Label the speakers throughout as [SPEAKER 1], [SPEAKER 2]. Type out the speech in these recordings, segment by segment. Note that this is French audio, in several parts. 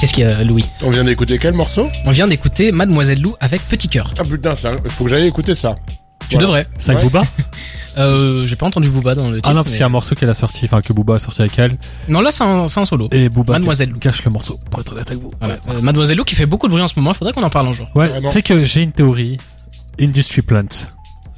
[SPEAKER 1] Qu'est-ce qu'il y a, Louis
[SPEAKER 2] On vient d'écouter quel morceau
[SPEAKER 1] On vient d'écouter Mademoiselle Lou avec Petit Cœur.
[SPEAKER 2] Ah putain, ça, faut que j'aille écouter ça.
[SPEAKER 1] Tu
[SPEAKER 2] Voilà.
[SPEAKER 1] devrais.
[SPEAKER 3] C'est avec
[SPEAKER 2] Ouais.
[SPEAKER 3] Booba
[SPEAKER 1] Euh, j'ai pas entendu Booba dans le titre.
[SPEAKER 3] Ah non, parce qu'il y a un morceau qu'elle a sorti, enfin que Booba a sorti avec elle.
[SPEAKER 1] mais- non là c'est un, c'est un solo.
[SPEAKER 3] Et Booba
[SPEAKER 1] Mademoiselle
[SPEAKER 3] ca-
[SPEAKER 1] Lou.
[SPEAKER 3] cache le morceau, pour être honnête avec vous.
[SPEAKER 1] Voilà. Euh, Mademoiselle Lou qui fait beaucoup de bruit en ce moment, il faudrait qu'on en parle un jour.
[SPEAKER 3] Ouais,
[SPEAKER 2] Vraiment.
[SPEAKER 3] tu sais que j'ai une théorie. Industry Plant.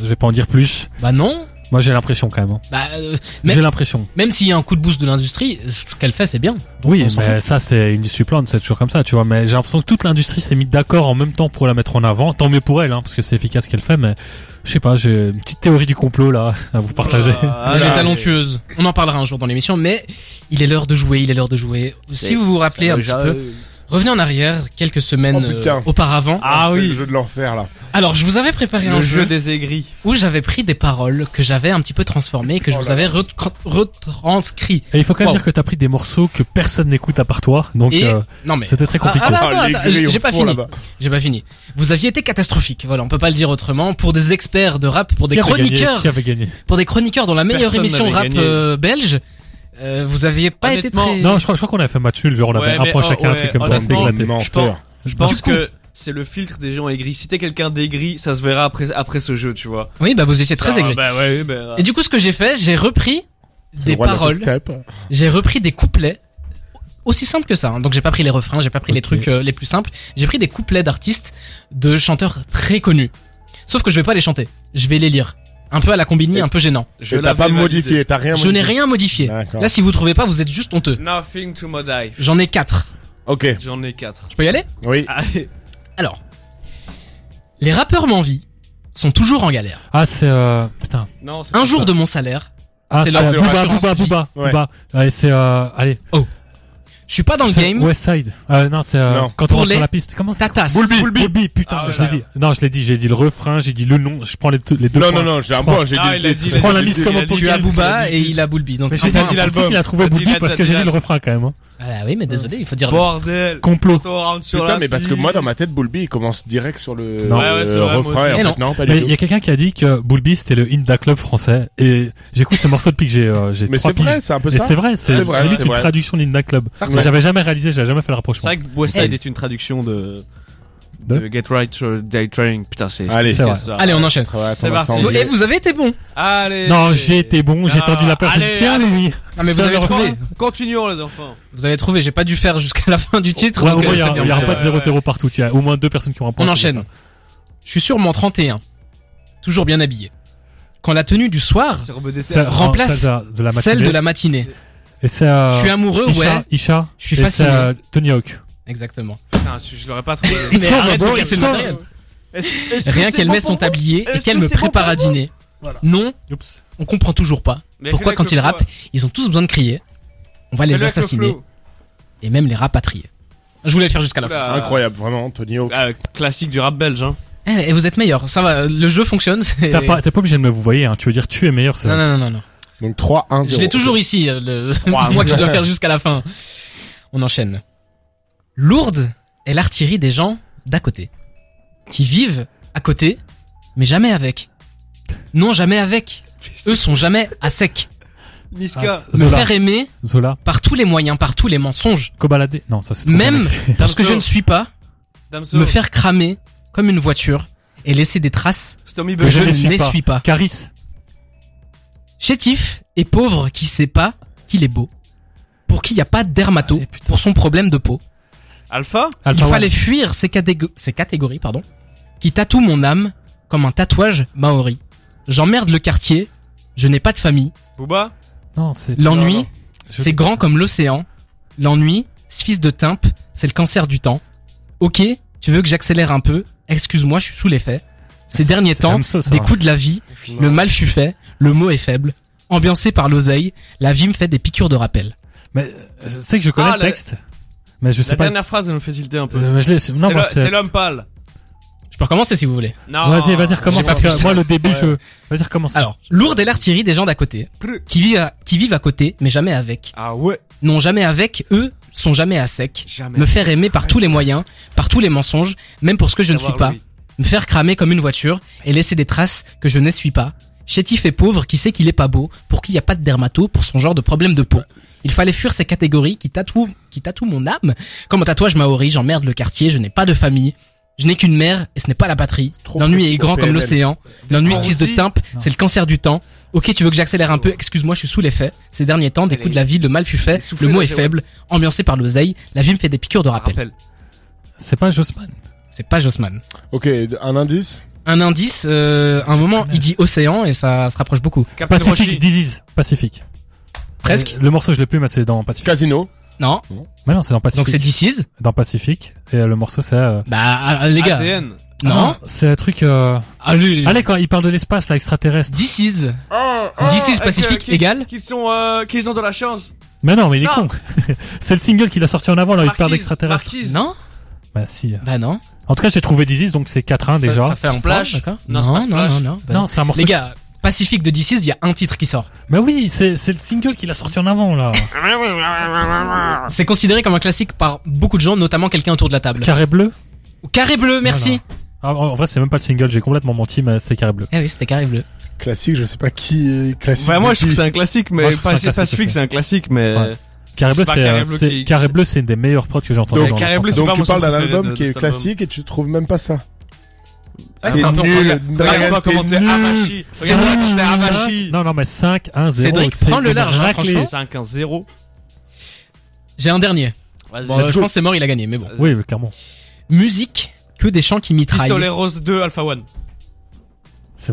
[SPEAKER 3] Je vais pas en dire plus.
[SPEAKER 1] Bah non,
[SPEAKER 3] Moi j'ai l'impression quand même. hein.
[SPEAKER 1] bah euh, Mais-
[SPEAKER 3] J'ai l'impression.
[SPEAKER 1] même s'il y a un coup de boost de l'industrie, euh, ce qu'elle fait c'est bien. Donc,
[SPEAKER 3] Oui,
[SPEAKER 1] on s'en
[SPEAKER 3] mais
[SPEAKER 1] fout.
[SPEAKER 3] ça c'est Industry Plant, c'est toujours comme ça, tu vois. Mais j'ai l'impression que toute l'industrie s'est mise d'accord en même temps pour la mettre en avant. Tant mieux pour elle, hein, parce que c'est efficace ce qu'elle fait. Mais je sais pas, j'ai une petite théorie du complot là à vous partager.
[SPEAKER 4] Ah,
[SPEAKER 1] elle est talentueuse. On en parlera un jour dans l'émission, mais il est l'heure de jouer, il est l'heure de jouer. Si
[SPEAKER 4] C'est-
[SPEAKER 1] vous vous rappelez
[SPEAKER 4] euh,
[SPEAKER 1] un petit peu, revenez en arrière quelques semaines
[SPEAKER 2] Oh, putain.
[SPEAKER 1] euh, auparavant.
[SPEAKER 4] Ah
[SPEAKER 2] C'est
[SPEAKER 4] oui.
[SPEAKER 2] le jeu de l'enfer là.
[SPEAKER 1] Alors je vous avais préparé un
[SPEAKER 4] Le
[SPEAKER 1] jeu
[SPEAKER 4] jeu des aigris.
[SPEAKER 1] où j'avais pris des paroles que j'avais un petit peu transformées, que je
[SPEAKER 2] Oh
[SPEAKER 1] vous
[SPEAKER 2] là
[SPEAKER 1] avais retran- retranscrit.
[SPEAKER 3] Et il faut quand même
[SPEAKER 1] Wow.
[SPEAKER 3] dire que t'as pris des morceaux que personne n'écoute à part toi, donc
[SPEAKER 1] Et-
[SPEAKER 3] euh,
[SPEAKER 1] Non mais
[SPEAKER 3] c'était très
[SPEAKER 1] Ah,
[SPEAKER 3] compliqué.
[SPEAKER 1] ah, attends,
[SPEAKER 2] les
[SPEAKER 1] attends,
[SPEAKER 2] grilles
[SPEAKER 1] j'ai-
[SPEAKER 2] au
[SPEAKER 1] j'ai pas
[SPEAKER 2] fond,
[SPEAKER 1] fini.
[SPEAKER 2] là-bas.
[SPEAKER 1] J'ai pas fini. Vous aviez été catastrophique. Voilà, on peut pas le dire autrement. Pour des experts de rap, pour des
[SPEAKER 3] Qui avait gagné
[SPEAKER 1] chroniqueurs,
[SPEAKER 3] Qui avait gagné
[SPEAKER 1] pour des chroniqueurs dans la meilleure
[SPEAKER 4] Personne
[SPEAKER 1] émission
[SPEAKER 4] n'avait
[SPEAKER 1] rap
[SPEAKER 4] gagné.
[SPEAKER 1] euh, belge, euh, vous aviez pas été
[SPEAKER 4] Honnêtement,
[SPEAKER 1] très.
[SPEAKER 3] Non, je crois, je crois qu'on avait fait match nul, genre on
[SPEAKER 4] Ouais,
[SPEAKER 3] avait un
[SPEAKER 4] mais
[SPEAKER 3] point
[SPEAKER 4] oh,
[SPEAKER 3] chacun, un
[SPEAKER 4] ouais,
[SPEAKER 3] truc comme ça, c'est
[SPEAKER 4] honnêtement,
[SPEAKER 3] éclaté.
[SPEAKER 2] Menteur.
[SPEAKER 4] Je pense, je
[SPEAKER 1] Du
[SPEAKER 4] pense
[SPEAKER 1] coup-
[SPEAKER 4] que c'est le filtre des gens aigris. Si t'es quelqu'un d'aigri, ça se verra après, après ce jeu, tu vois.
[SPEAKER 1] Oui, bah vous étiez très
[SPEAKER 4] Ah,
[SPEAKER 1] aigri.
[SPEAKER 4] Bah ouais, bah,
[SPEAKER 1] Et du coup, ce que j'ai fait, j'ai repris
[SPEAKER 2] C'est le
[SPEAKER 1] des
[SPEAKER 2] roi de la
[SPEAKER 1] paroles,
[SPEAKER 2] step.
[SPEAKER 1] j'ai repris des couplets. Aussi simple que ça. hein. Donc j'ai pas pris les refrains, j'ai pas pris les
[SPEAKER 3] Ok.
[SPEAKER 1] trucs euh, les plus simples. J'ai pris des couplets d'artistes, de chanteurs très connus. Sauf que je vais pas les chanter. Je vais les lire. Un peu à la combini,
[SPEAKER 2] Et-
[SPEAKER 1] un peu gênant.
[SPEAKER 4] je
[SPEAKER 2] Et t'as
[SPEAKER 4] l'avais
[SPEAKER 2] pas
[SPEAKER 4] validé.
[SPEAKER 2] modifié, t'as rien
[SPEAKER 1] Je n'ai
[SPEAKER 2] modifié. Ah,
[SPEAKER 1] rien modifié.
[SPEAKER 2] D'accord.
[SPEAKER 1] Là, si vous trouvez pas, vous êtes juste honteux.
[SPEAKER 4] Nothing to my life.
[SPEAKER 1] J'en ai quatre.
[SPEAKER 2] Ok,
[SPEAKER 4] J'en ai quatre.
[SPEAKER 1] Je peux y aller
[SPEAKER 2] oui.
[SPEAKER 4] Allez.
[SPEAKER 1] Alors, les rappeurs m'envient, sont toujours en galère.
[SPEAKER 3] Ah, c'est euh, putain.
[SPEAKER 4] Non, c'est
[SPEAKER 1] Un
[SPEAKER 4] pas
[SPEAKER 1] jour
[SPEAKER 4] ça.
[SPEAKER 1] de mon salaire,
[SPEAKER 3] Ah,
[SPEAKER 1] C'est
[SPEAKER 3] c'est
[SPEAKER 1] leur-
[SPEAKER 3] euh,
[SPEAKER 2] c'est leur
[SPEAKER 3] Booba,
[SPEAKER 1] assurance
[SPEAKER 3] Booba,
[SPEAKER 1] vie.
[SPEAKER 3] Booba,
[SPEAKER 2] Ouais.
[SPEAKER 3] Booba. Allez, c'est euh, allez.
[SPEAKER 1] je suis pas dans le
[SPEAKER 3] C'est
[SPEAKER 1] game,
[SPEAKER 3] Westside. Euh, non, c'est euh,
[SPEAKER 2] Non.
[SPEAKER 3] quand
[SPEAKER 1] Pour
[SPEAKER 3] on rentre
[SPEAKER 1] les-
[SPEAKER 3] sur la piste. Comment c'est
[SPEAKER 1] Tatas.
[SPEAKER 3] Boulby, putain,
[SPEAKER 4] Ah,
[SPEAKER 3] ça,
[SPEAKER 4] ouais,
[SPEAKER 3] je l'ai
[SPEAKER 4] ouais.
[SPEAKER 3] dit. Non, je l'ai dit, j'ai dit le refrain, j'ai dit le nom, je prends les, deux- les deux
[SPEAKER 2] Non,
[SPEAKER 3] points.
[SPEAKER 2] non, non, j'ai un
[SPEAKER 3] Trois.
[SPEAKER 2] point, j'ai
[SPEAKER 4] Ah,
[SPEAKER 2] dit.
[SPEAKER 4] il a dit-
[SPEAKER 2] j'ai
[SPEAKER 3] Je prends
[SPEAKER 2] dit-
[SPEAKER 3] la liste comme on
[SPEAKER 1] tu
[SPEAKER 4] il
[SPEAKER 1] as
[SPEAKER 4] a dit-
[SPEAKER 1] Booba
[SPEAKER 4] il a
[SPEAKER 1] et
[SPEAKER 4] dit-
[SPEAKER 1] il a Boulby. Donc
[SPEAKER 3] Mais
[SPEAKER 1] un
[SPEAKER 3] j'ai
[SPEAKER 1] point.
[SPEAKER 3] dit
[SPEAKER 4] l'album.
[SPEAKER 3] l'album. Il a trouvé
[SPEAKER 4] T'as dit
[SPEAKER 3] Booby
[SPEAKER 4] la-
[SPEAKER 3] parce
[SPEAKER 4] t'as
[SPEAKER 3] que
[SPEAKER 4] dit
[SPEAKER 3] j'ai
[SPEAKER 4] la-
[SPEAKER 3] dit le refrain quand même. hein.
[SPEAKER 1] Ah oui, mais désolé, il faut dire. le-
[SPEAKER 4] Bordel.
[SPEAKER 3] Complot.
[SPEAKER 4] Quand on rentre sur
[SPEAKER 2] Putain,
[SPEAKER 4] la
[SPEAKER 2] mais parce que
[SPEAKER 4] piste.
[SPEAKER 2] moi, dans ma tête, Bulby, il commence direct sur le
[SPEAKER 3] Non.
[SPEAKER 4] Ouais, ouais, c'est
[SPEAKER 2] le
[SPEAKER 4] vrai, moi
[SPEAKER 2] refrain.
[SPEAKER 4] aussi.
[SPEAKER 2] et en
[SPEAKER 1] Eh
[SPEAKER 2] fait,
[SPEAKER 1] non.
[SPEAKER 2] non, pas
[SPEAKER 3] Mais
[SPEAKER 2] du
[SPEAKER 3] il y a
[SPEAKER 2] tout.
[SPEAKER 3] quelqu'un qui a dit que Boulby c'était le Inda Club français et j'écoute ce morceau depuis que j'ai euh, j'ai
[SPEAKER 2] Mais
[SPEAKER 3] trois
[SPEAKER 2] c'est vrai,
[SPEAKER 3] piges.
[SPEAKER 2] c'est un peu
[SPEAKER 3] Et
[SPEAKER 2] ça.
[SPEAKER 3] c'est vrai, c'est
[SPEAKER 2] C'est vrai,
[SPEAKER 3] limite
[SPEAKER 2] c'est
[SPEAKER 3] une
[SPEAKER 2] vrai.
[SPEAKER 3] traduction d'Inda Club.
[SPEAKER 2] Ça
[SPEAKER 3] Mais
[SPEAKER 2] ressemble.
[SPEAKER 3] J'avais jamais réalisé, j'avais jamais fait le rapprochement.
[SPEAKER 4] C'est vrai que West Side
[SPEAKER 1] Eh.
[SPEAKER 4] est une traduction de,
[SPEAKER 3] De
[SPEAKER 4] de Get Right Sur Day Train. Putain, c'est.
[SPEAKER 2] Allez.
[SPEAKER 4] c'est
[SPEAKER 3] C'est vrai.
[SPEAKER 4] ça.
[SPEAKER 1] Allez, on enchaîne.
[SPEAKER 2] Ouais, attends,
[SPEAKER 4] C'est
[SPEAKER 2] attends,
[SPEAKER 4] parti.
[SPEAKER 2] attends.
[SPEAKER 1] Et vous avez été bon.
[SPEAKER 4] Allez.
[SPEAKER 3] Non, j'ai été bon, j'ai
[SPEAKER 4] Ah,
[SPEAKER 3] tendu la perche. j'ai dit,
[SPEAKER 4] allez,
[SPEAKER 3] Tiens,
[SPEAKER 4] allez.
[SPEAKER 3] Louis.
[SPEAKER 1] Non, mais vous
[SPEAKER 3] Ça,
[SPEAKER 1] avez
[SPEAKER 3] le
[SPEAKER 1] trouvé.
[SPEAKER 3] refrain.
[SPEAKER 4] Continuons, les enfants.
[SPEAKER 1] Vous avez trouvé. J'ai pas dû faire jusqu'à la fin du titre.
[SPEAKER 3] Ouais,
[SPEAKER 1] donc,
[SPEAKER 3] au moins,
[SPEAKER 1] euh,
[SPEAKER 3] il y
[SPEAKER 1] c'est
[SPEAKER 3] a-
[SPEAKER 1] bien.
[SPEAKER 3] il y aura
[SPEAKER 4] c'est
[SPEAKER 3] pas de
[SPEAKER 4] vrai.
[SPEAKER 3] 0-0 partout. Tu as au moins deux personnes qui ont un point.
[SPEAKER 1] On
[SPEAKER 3] c'est
[SPEAKER 1] enchaîne.
[SPEAKER 3] bien
[SPEAKER 1] Je suis sûrement 31. Toujours bien habillé. Quand la tenue du soir,
[SPEAKER 4] C'est Robin des
[SPEAKER 3] ça. Ça
[SPEAKER 4] Terres.
[SPEAKER 1] remplace
[SPEAKER 3] celle de la- de la
[SPEAKER 1] celle
[SPEAKER 3] matinée.
[SPEAKER 1] de la matinée.
[SPEAKER 3] Et c'est euh,
[SPEAKER 1] Je suis amoureux, ouais.
[SPEAKER 3] Isha, Isha.
[SPEAKER 1] Je suis
[SPEAKER 3] et c'est,
[SPEAKER 1] fasciné.
[SPEAKER 3] euh, Tony Hawk.
[SPEAKER 1] Exactement.
[SPEAKER 4] Putain, je je l'aurais pas trouvé.
[SPEAKER 3] Il
[SPEAKER 1] Mais
[SPEAKER 3] sort,
[SPEAKER 1] arrête de
[SPEAKER 3] d'abord,
[SPEAKER 1] casser
[SPEAKER 3] il
[SPEAKER 1] le
[SPEAKER 3] sort.
[SPEAKER 1] matériel.
[SPEAKER 4] Est-ce- est-ce que
[SPEAKER 1] Rien
[SPEAKER 4] c'est
[SPEAKER 1] qu'elle
[SPEAKER 4] bon
[SPEAKER 1] met
[SPEAKER 4] pour
[SPEAKER 1] son
[SPEAKER 4] vous
[SPEAKER 1] tablier et
[SPEAKER 4] Est-ce
[SPEAKER 1] qu'elle
[SPEAKER 4] que
[SPEAKER 1] me
[SPEAKER 4] c'est bon
[SPEAKER 1] prépare
[SPEAKER 4] pour
[SPEAKER 1] à
[SPEAKER 4] vous
[SPEAKER 1] dîner. Non,
[SPEAKER 3] Oups.
[SPEAKER 1] on comprend toujours pas.
[SPEAKER 4] Mais
[SPEAKER 1] Pourquoi
[SPEAKER 4] fais-le
[SPEAKER 1] quand
[SPEAKER 4] avec
[SPEAKER 1] ils
[SPEAKER 4] le
[SPEAKER 1] rappent,
[SPEAKER 4] flow.
[SPEAKER 1] ils ont tous besoin de crier On va
[SPEAKER 4] Fais-le
[SPEAKER 1] les
[SPEAKER 4] avec le
[SPEAKER 1] assassiner
[SPEAKER 4] flow.
[SPEAKER 1] et même les rapatrier. Je voulais le faire jusqu'à la fin.
[SPEAKER 4] Oula.
[SPEAKER 2] Incroyable, vraiment, Tony Hawk.
[SPEAKER 4] Ah, classique du rap belge, hein.
[SPEAKER 1] Eh, Et vous êtes meilleur, ça va, le jeu fonctionne. c'est-
[SPEAKER 3] T'as pas, t'es pas obligé de me vous voyez, hein. Tu veux dire, tu es meilleur, c'est
[SPEAKER 1] Non, non, non, non. non.
[SPEAKER 2] Donc 3-1-0.
[SPEAKER 1] Je l'ai toujours ici, euh, le... moi qui dois faire jusqu'à la fin. On enchaîne. Lourdes est l'artillerie des gens d'à côté, qui vivent à côté, mais jamais avec. Non, jamais avec. Eux sont jamais à sec.
[SPEAKER 3] Ah,
[SPEAKER 4] Niska.
[SPEAKER 1] Me
[SPEAKER 3] Zola.
[SPEAKER 1] faire aimer
[SPEAKER 3] Zola.
[SPEAKER 1] par tous les moyens, par tous les mensonges,
[SPEAKER 3] Kobalade. Non, ça c'est trop
[SPEAKER 1] même
[SPEAKER 3] bien.
[SPEAKER 1] parce que
[SPEAKER 4] Damso.
[SPEAKER 1] je ne suis pas,
[SPEAKER 4] Damso.
[SPEAKER 1] me faire cramer comme une voiture et laisser des traces
[SPEAKER 4] Stormy
[SPEAKER 1] que
[SPEAKER 3] Mais
[SPEAKER 4] Bush.
[SPEAKER 1] je
[SPEAKER 3] je
[SPEAKER 1] ne
[SPEAKER 3] les suis
[SPEAKER 1] les
[SPEAKER 3] pas.
[SPEAKER 1] suis pas.
[SPEAKER 3] Caris.
[SPEAKER 1] Chétif et pauvre qui sait pas qu'il est beau, pour qui il n'y a pas de dermato,
[SPEAKER 3] Allez, putain.
[SPEAKER 1] pour son problème de peau.
[SPEAKER 4] Alpha.
[SPEAKER 3] Alpha
[SPEAKER 1] il
[SPEAKER 3] One.
[SPEAKER 1] fallait fuir ces, catégo- ces catégories, pardon, qui tatouent mon âme comme un tatouage maori. J'emmerde le quartier, je n'ai pas de famille.
[SPEAKER 4] Booba.
[SPEAKER 3] Non, c'est.
[SPEAKER 1] L'ennui,
[SPEAKER 4] non.
[SPEAKER 3] Je-
[SPEAKER 1] c'est grand comme l'océan. L'ennui, ce fils de timpe, c'est le cancer du temps. Ok, tu veux que j'accélère un peu Excuse-moi, je suis sous l'effet. Ces derniers
[SPEAKER 3] c'est
[SPEAKER 1] temps,
[SPEAKER 3] Damso, ça
[SPEAKER 1] des
[SPEAKER 3] va.
[SPEAKER 1] coups de la vie, le mal fut fait, le mot est faible. Ambiancé par l'oseille, la vie me fait des piqûres de rappel.
[SPEAKER 3] Mais euh, tu sais que je connais
[SPEAKER 4] Ah,
[SPEAKER 3] le
[SPEAKER 4] la-
[SPEAKER 3] texte, mais je sais
[SPEAKER 4] La
[SPEAKER 3] pas.
[SPEAKER 4] dernière phrase, elle nous fait tilter un peu.
[SPEAKER 3] Euh, mais je l'ai- c'est- non,
[SPEAKER 4] C'est
[SPEAKER 3] moi,
[SPEAKER 4] le- C'est l'homme pâle.
[SPEAKER 1] Je peux recommencer si vous voulez.
[SPEAKER 4] Non.
[SPEAKER 3] Vas-y, vas-y, recommence
[SPEAKER 1] J'ai pas
[SPEAKER 3] parce
[SPEAKER 1] plus.
[SPEAKER 3] que moi le début,
[SPEAKER 2] Ouais.
[SPEAKER 3] je. Vas-y, recommence.
[SPEAKER 1] Alors, lourde est l'artillerie des gens d'à côté, qui vivent, à, qui vivent à côté, mais jamais avec.
[SPEAKER 4] Ah ouais.
[SPEAKER 1] Non, jamais avec, eux sont jamais à sec.
[SPEAKER 4] Jamais.
[SPEAKER 1] Me faire aimer par tous les moyens, par tous les mensonges, même pour ce que je ne suis pas. Me faire cramer comme une voiture et laisser des traces que je n'essuie pas. Chétif et pauvre qui sait qu'il est pas beau, pour qui il n'y a pas de dermato, pour son genre de problème de peau. Il fallait fuir ces catégories qui tatouent, qui tatouent mon âme. Comme un tatouage maori, j'emmerde le quartier, je n'ai pas de famille. Je n'ai qu'une mère et ce n'est pas la patrie.
[SPEAKER 2] trop
[SPEAKER 1] L'ennui
[SPEAKER 2] précis
[SPEAKER 1] est
[SPEAKER 2] pour
[SPEAKER 1] grand comme
[SPEAKER 2] PNL.
[SPEAKER 1] l'océan. L'ennui se tisse de timpe,
[SPEAKER 3] Non.
[SPEAKER 1] c'est le cancer du temps. Ok, tu veux que j'accélère un peu Excuse-moi, je suis sous l'effet. Ces derniers temps, des
[SPEAKER 4] Elle
[SPEAKER 1] coups de
[SPEAKER 4] est-
[SPEAKER 1] la vie, le mal fut
[SPEAKER 4] elle est
[SPEAKER 1] fait,
[SPEAKER 4] soufflée,
[SPEAKER 1] le mot
[SPEAKER 4] la
[SPEAKER 1] est
[SPEAKER 4] Jérôme.
[SPEAKER 1] faible, ambiancé par l'oseille, la vie me fait des piqûres de rappel.
[SPEAKER 4] Rappel.
[SPEAKER 3] C'est pas Jossman.
[SPEAKER 1] C'est pas Jossman.
[SPEAKER 2] Ok, un indice
[SPEAKER 1] Un indice, euh, un moment,
[SPEAKER 3] connais.
[SPEAKER 1] il dit océan et ça se rapproche beaucoup.
[SPEAKER 4] Captain
[SPEAKER 3] Pacific
[SPEAKER 4] Roshi.
[SPEAKER 3] Disease. Pacifique.
[SPEAKER 1] Presque.
[SPEAKER 3] Le morceau, je l'ai plus, mais c'est dans Pacifique.
[SPEAKER 2] Casino.
[SPEAKER 1] Non.
[SPEAKER 3] Mais non, c'est dans Pacifique.
[SPEAKER 1] Donc c'est This Is.
[SPEAKER 3] Dans Pacifique. Et euh, le morceau, c'est. euh,
[SPEAKER 1] Bah, euh, les gars.
[SPEAKER 4] ADN.
[SPEAKER 1] Non.
[SPEAKER 3] ah, C'est un truc. euh,
[SPEAKER 1] Allez.
[SPEAKER 3] Allez, quand il parle de l'espace, là, extraterrestre.
[SPEAKER 1] This Is.
[SPEAKER 2] Ah,
[SPEAKER 1] This is
[SPEAKER 4] avec, euh,
[SPEAKER 1] Pacific
[SPEAKER 4] qui-
[SPEAKER 1] égale.
[SPEAKER 4] Qu'ils sont, euh, qu'ils ont de la chance.
[SPEAKER 3] Mais non, mais il est con.
[SPEAKER 4] Non.
[SPEAKER 3] c'est le single qu'il a sorti en avant, là, où il parle
[SPEAKER 4] Marquise,
[SPEAKER 3] d'extraterrestre.
[SPEAKER 4] Marquise.
[SPEAKER 1] Non.
[SPEAKER 3] Bah si.
[SPEAKER 1] Bah non.
[SPEAKER 3] En tout cas, j'ai trouvé Disease, donc c'est 4-1
[SPEAKER 1] Ça-
[SPEAKER 3] déjà.
[SPEAKER 1] Ça, fait un point,
[SPEAKER 4] Splash.
[SPEAKER 1] d'accord.
[SPEAKER 4] Non, c'est
[SPEAKER 1] non,
[SPEAKER 4] pas
[SPEAKER 1] non,
[SPEAKER 4] Splash.
[SPEAKER 1] Ah, non, non, bah
[SPEAKER 3] Non, c'est un morceau.
[SPEAKER 1] Les gars, Pacifique de This Is, il y a un titre qui sort.
[SPEAKER 3] Mais oui, c'est c'est le single qu'il a sorti en avant, là.
[SPEAKER 1] C'est considéré comme un classique par beaucoup de gens, notamment quelqu'un autour de la table.
[SPEAKER 3] Carré bleu.
[SPEAKER 1] Carré bleu, merci.
[SPEAKER 3] Ah, en en vrai, c'est même pas le single, j'ai complètement menti, mais c'est Carré bleu.
[SPEAKER 1] Eh oui, c'était carré bleu.
[SPEAKER 2] Classique, je sais pas qui est classique.
[SPEAKER 4] Bah, moi, je
[SPEAKER 2] de
[SPEAKER 4] trouve
[SPEAKER 2] qui.
[SPEAKER 4] c'est un classique, mais
[SPEAKER 3] Moi, je trouve
[SPEAKER 4] pas-
[SPEAKER 3] ça classique
[SPEAKER 4] Pacifique,
[SPEAKER 3] aussi.
[SPEAKER 4] c'est un classique, mais.
[SPEAKER 3] Ouais. Carré bleu,
[SPEAKER 4] C'est pas
[SPEAKER 3] c'est
[SPEAKER 4] Carré
[SPEAKER 3] euh,
[SPEAKER 4] Bleu
[SPEAKER 3] c'est-
[SPEAKER 4] qui-
[SPEAKER 3] Carré bleu, c'est une des meilleures prods que j'ai entendues.
[SPEAKER 2] Donc,
[SPEAKER 3] dans
[SPEAKER 4] Carré
[SPEAKER 3] le
[SPEAKER 4] bleu,
[SPEAKER 3] concert.
[SPEAKER 4] c'est pas
[SPEAKER 2] Donc tu
[SPEAKER 4] mon son
[SPEAKER 2] parles d'un
[SPEAKER 4] préféré
[SPEAKER 2] album
[SPEAKER 4] de-
[SPEAKER 2] qui
[SPEAKER 4] de
[SPEAKER 2] est
[SPEAKER 4] cet album.
[SPEAKER 2] classique et tu trouves même pas ça.
[SPEAKER 1] C'est vrai que
[SPEAKER 2] T'es
[SPEAKER 1] c'est un peu
[SPEAKER 2] nul,
[SPEAKER 1] regarde-
[SPEAKER 2] Dragon
[SPEAKER 4] Regarde, on va
[SPEAKER 2] Tail
[SPEAKER 4] commenter
[SPEAKER 2] nul.
[SPEAKER 4] Havashi.
[SPEAKER 3] Cinq-
[SPEAKER 4] Regarde, on va commenter Havashi.
[SPEAKER 3] Non, non, mais 5, 1, 0.
[SPEAKER 1] Cédric, prends le large, hein, franchement.
[SPEAKER 4] 5 1 0.
[SPEAKER 1] J'ai un dernier.
[SPEAKER 4] Vas-y.
[SPEAKER 1] Bon,
[SPEAKER 2] Let's
[SPEAKER 1] euh, je
[SPEAKER 2] go.
[SPEAKER 1] pense que c'est mort, il a gagné, mais bon.
[SPEAKER 3] Oui, mais clairement.
[SPEAKER 1] Musique, que des chants qui mitraillent.
[SPEAKER 4] Pistoleros 2 Alpha One.
[SPEAKER 3] C'est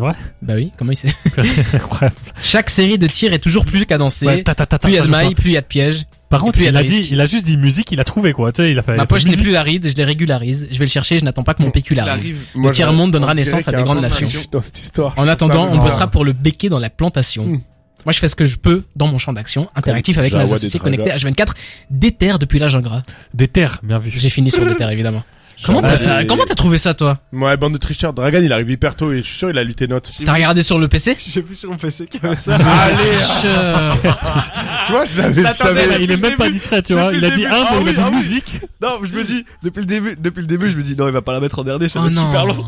[SPEAKER 3] vrai
[SPEAKER 1] Bah oui, comment il sait
[SPEAKER 3] Incroyable.
[SPEAKER 1] Chaque série de tirs est toujours plus cadencée.
[SPEAKER 3] Ouais, ta, ta, ta, ta,
[SPEAKER 1] plus il y a
[SPEAKER 3] ça,
[SPEAKER 1] de
[SPEAKER 3] je
[SPEAKER 1] mailles,
[SPEAKER 3] vois.
[SPEAKER 1] plus il y a de pièges.
[SPEAKER 3] Par
[SPEAKER 1] et
[SPEAKER 3] contre,
[SPEAKER 1] plus il y a
[SPEAKER 3] il
[SPEAKER 1] de
[SPEAKER 3] a,
[SPEAKER 1] risques.
[SPEAKER 3] dit, il a juste dit musique, il a trouvé quoi. Tu sais, il a fait. il a
[SPEAKER 1] Ma
[SPEAKER 3] fait
[SPEAKER 1] poche n'est
[SPEAKER 3] musique.
[SPEAKER 1] plus l'aride, je les régularise. Je vais le chercher, je n'attends pas que mon PQ
[SPEAKER 4] Il
[SPEAKER 1] l'arrive.
[SPEAKER 4] arrive.
[SPEAKER 2] Moi,
[SPEAKER 1] Le tiers
[SPEAKER 2] je-
[SPEAKER 1] monde donnera
[SPEAKER 2] on dirait
[SPEAKER 1] naissance à
[SPEAKER 2] qu'il y a
[SPEAKER 1] des
[SPEAKER 2] un
[SPEAKER 1] grandes
[SPEAKER 2] grand
[SPEAKER 4] nations.
[SPEAKER 2] machin Dans cette histoire.
[SPEAKER 1] En attendant,
[SPEAKER 2] Ça,
[SPEAKER 1] on
[SPEAKER 2] non.
[SPEAKER 1] bossera pour le béquet dans la plantation.
[SPEAKER 2] Hmm.
[SPEAKER 1] Moi, je fais ce que je peux dans mon champ d'action, interactif avec
[SPEAKER 2] Jawa
[SPEAKER 1] mes
[SPEAKER 2] des
[SPEAKER 1] associés
[SPEAKER 2] Dragas.
[SPEAKER 1] connectés H24, déterre depuis l'âge ingrat.
[SPEAKER 3] Des terres, bien vu.
[SPEAKER 1] J'ai fini sur déterre, évidemment. Comment
[SPEAKER 2] Jawa
[SPEAKER 1] t'as
[SPEAKER 2] des-
[SPEAKER 1] fait- comment t'as trouvé ça, toi
[SPEAKER 2] Ouais, bande de tricheurs. Dragan, il arrive hyper tôt et je suis sûr, il a lu tes notes.
[SPEAKER 1] T'as regardé sur le PC
[SPEAKER 4] J'ai vu sur mon PC qu'il y avait ça.
[SPEAKER 2] Allez,
[SPEAKER 1] Je-
[SPEAKER 2] tu vois, j'avais,
[SPEAKER 4] Je l'attendais,
[SPEAKER 2] j'avais.
[SPEAKER 4] là,
[SPEAKER 3] Il est même pas discret, tu vois.
[SPEAKER 4] Depuis
[SPEAKER 3] Il a
[SPEAKER 4] le
[SPEAKER 3] dit
[SPEAKER 4] début.
[SPEAKER 3] un
[SPEAKER 4] Ah
[SPEAKER 3] mot, il a
[SPEAKER 4] oui, ah
[SPEAKER 3] dit
[SPEAKER 4] oui.
[SPEAKER 3] musique.
[SPEAKER 4] Non, je me dis, depuis le début, depuis le début, je me dis, non, il va pas la mettre en dernier, ça va
[SPEAKER 1] Oh
[SPEAKER 4] être super
[SPEAKER 1] non.
[SPEAKER 4] long.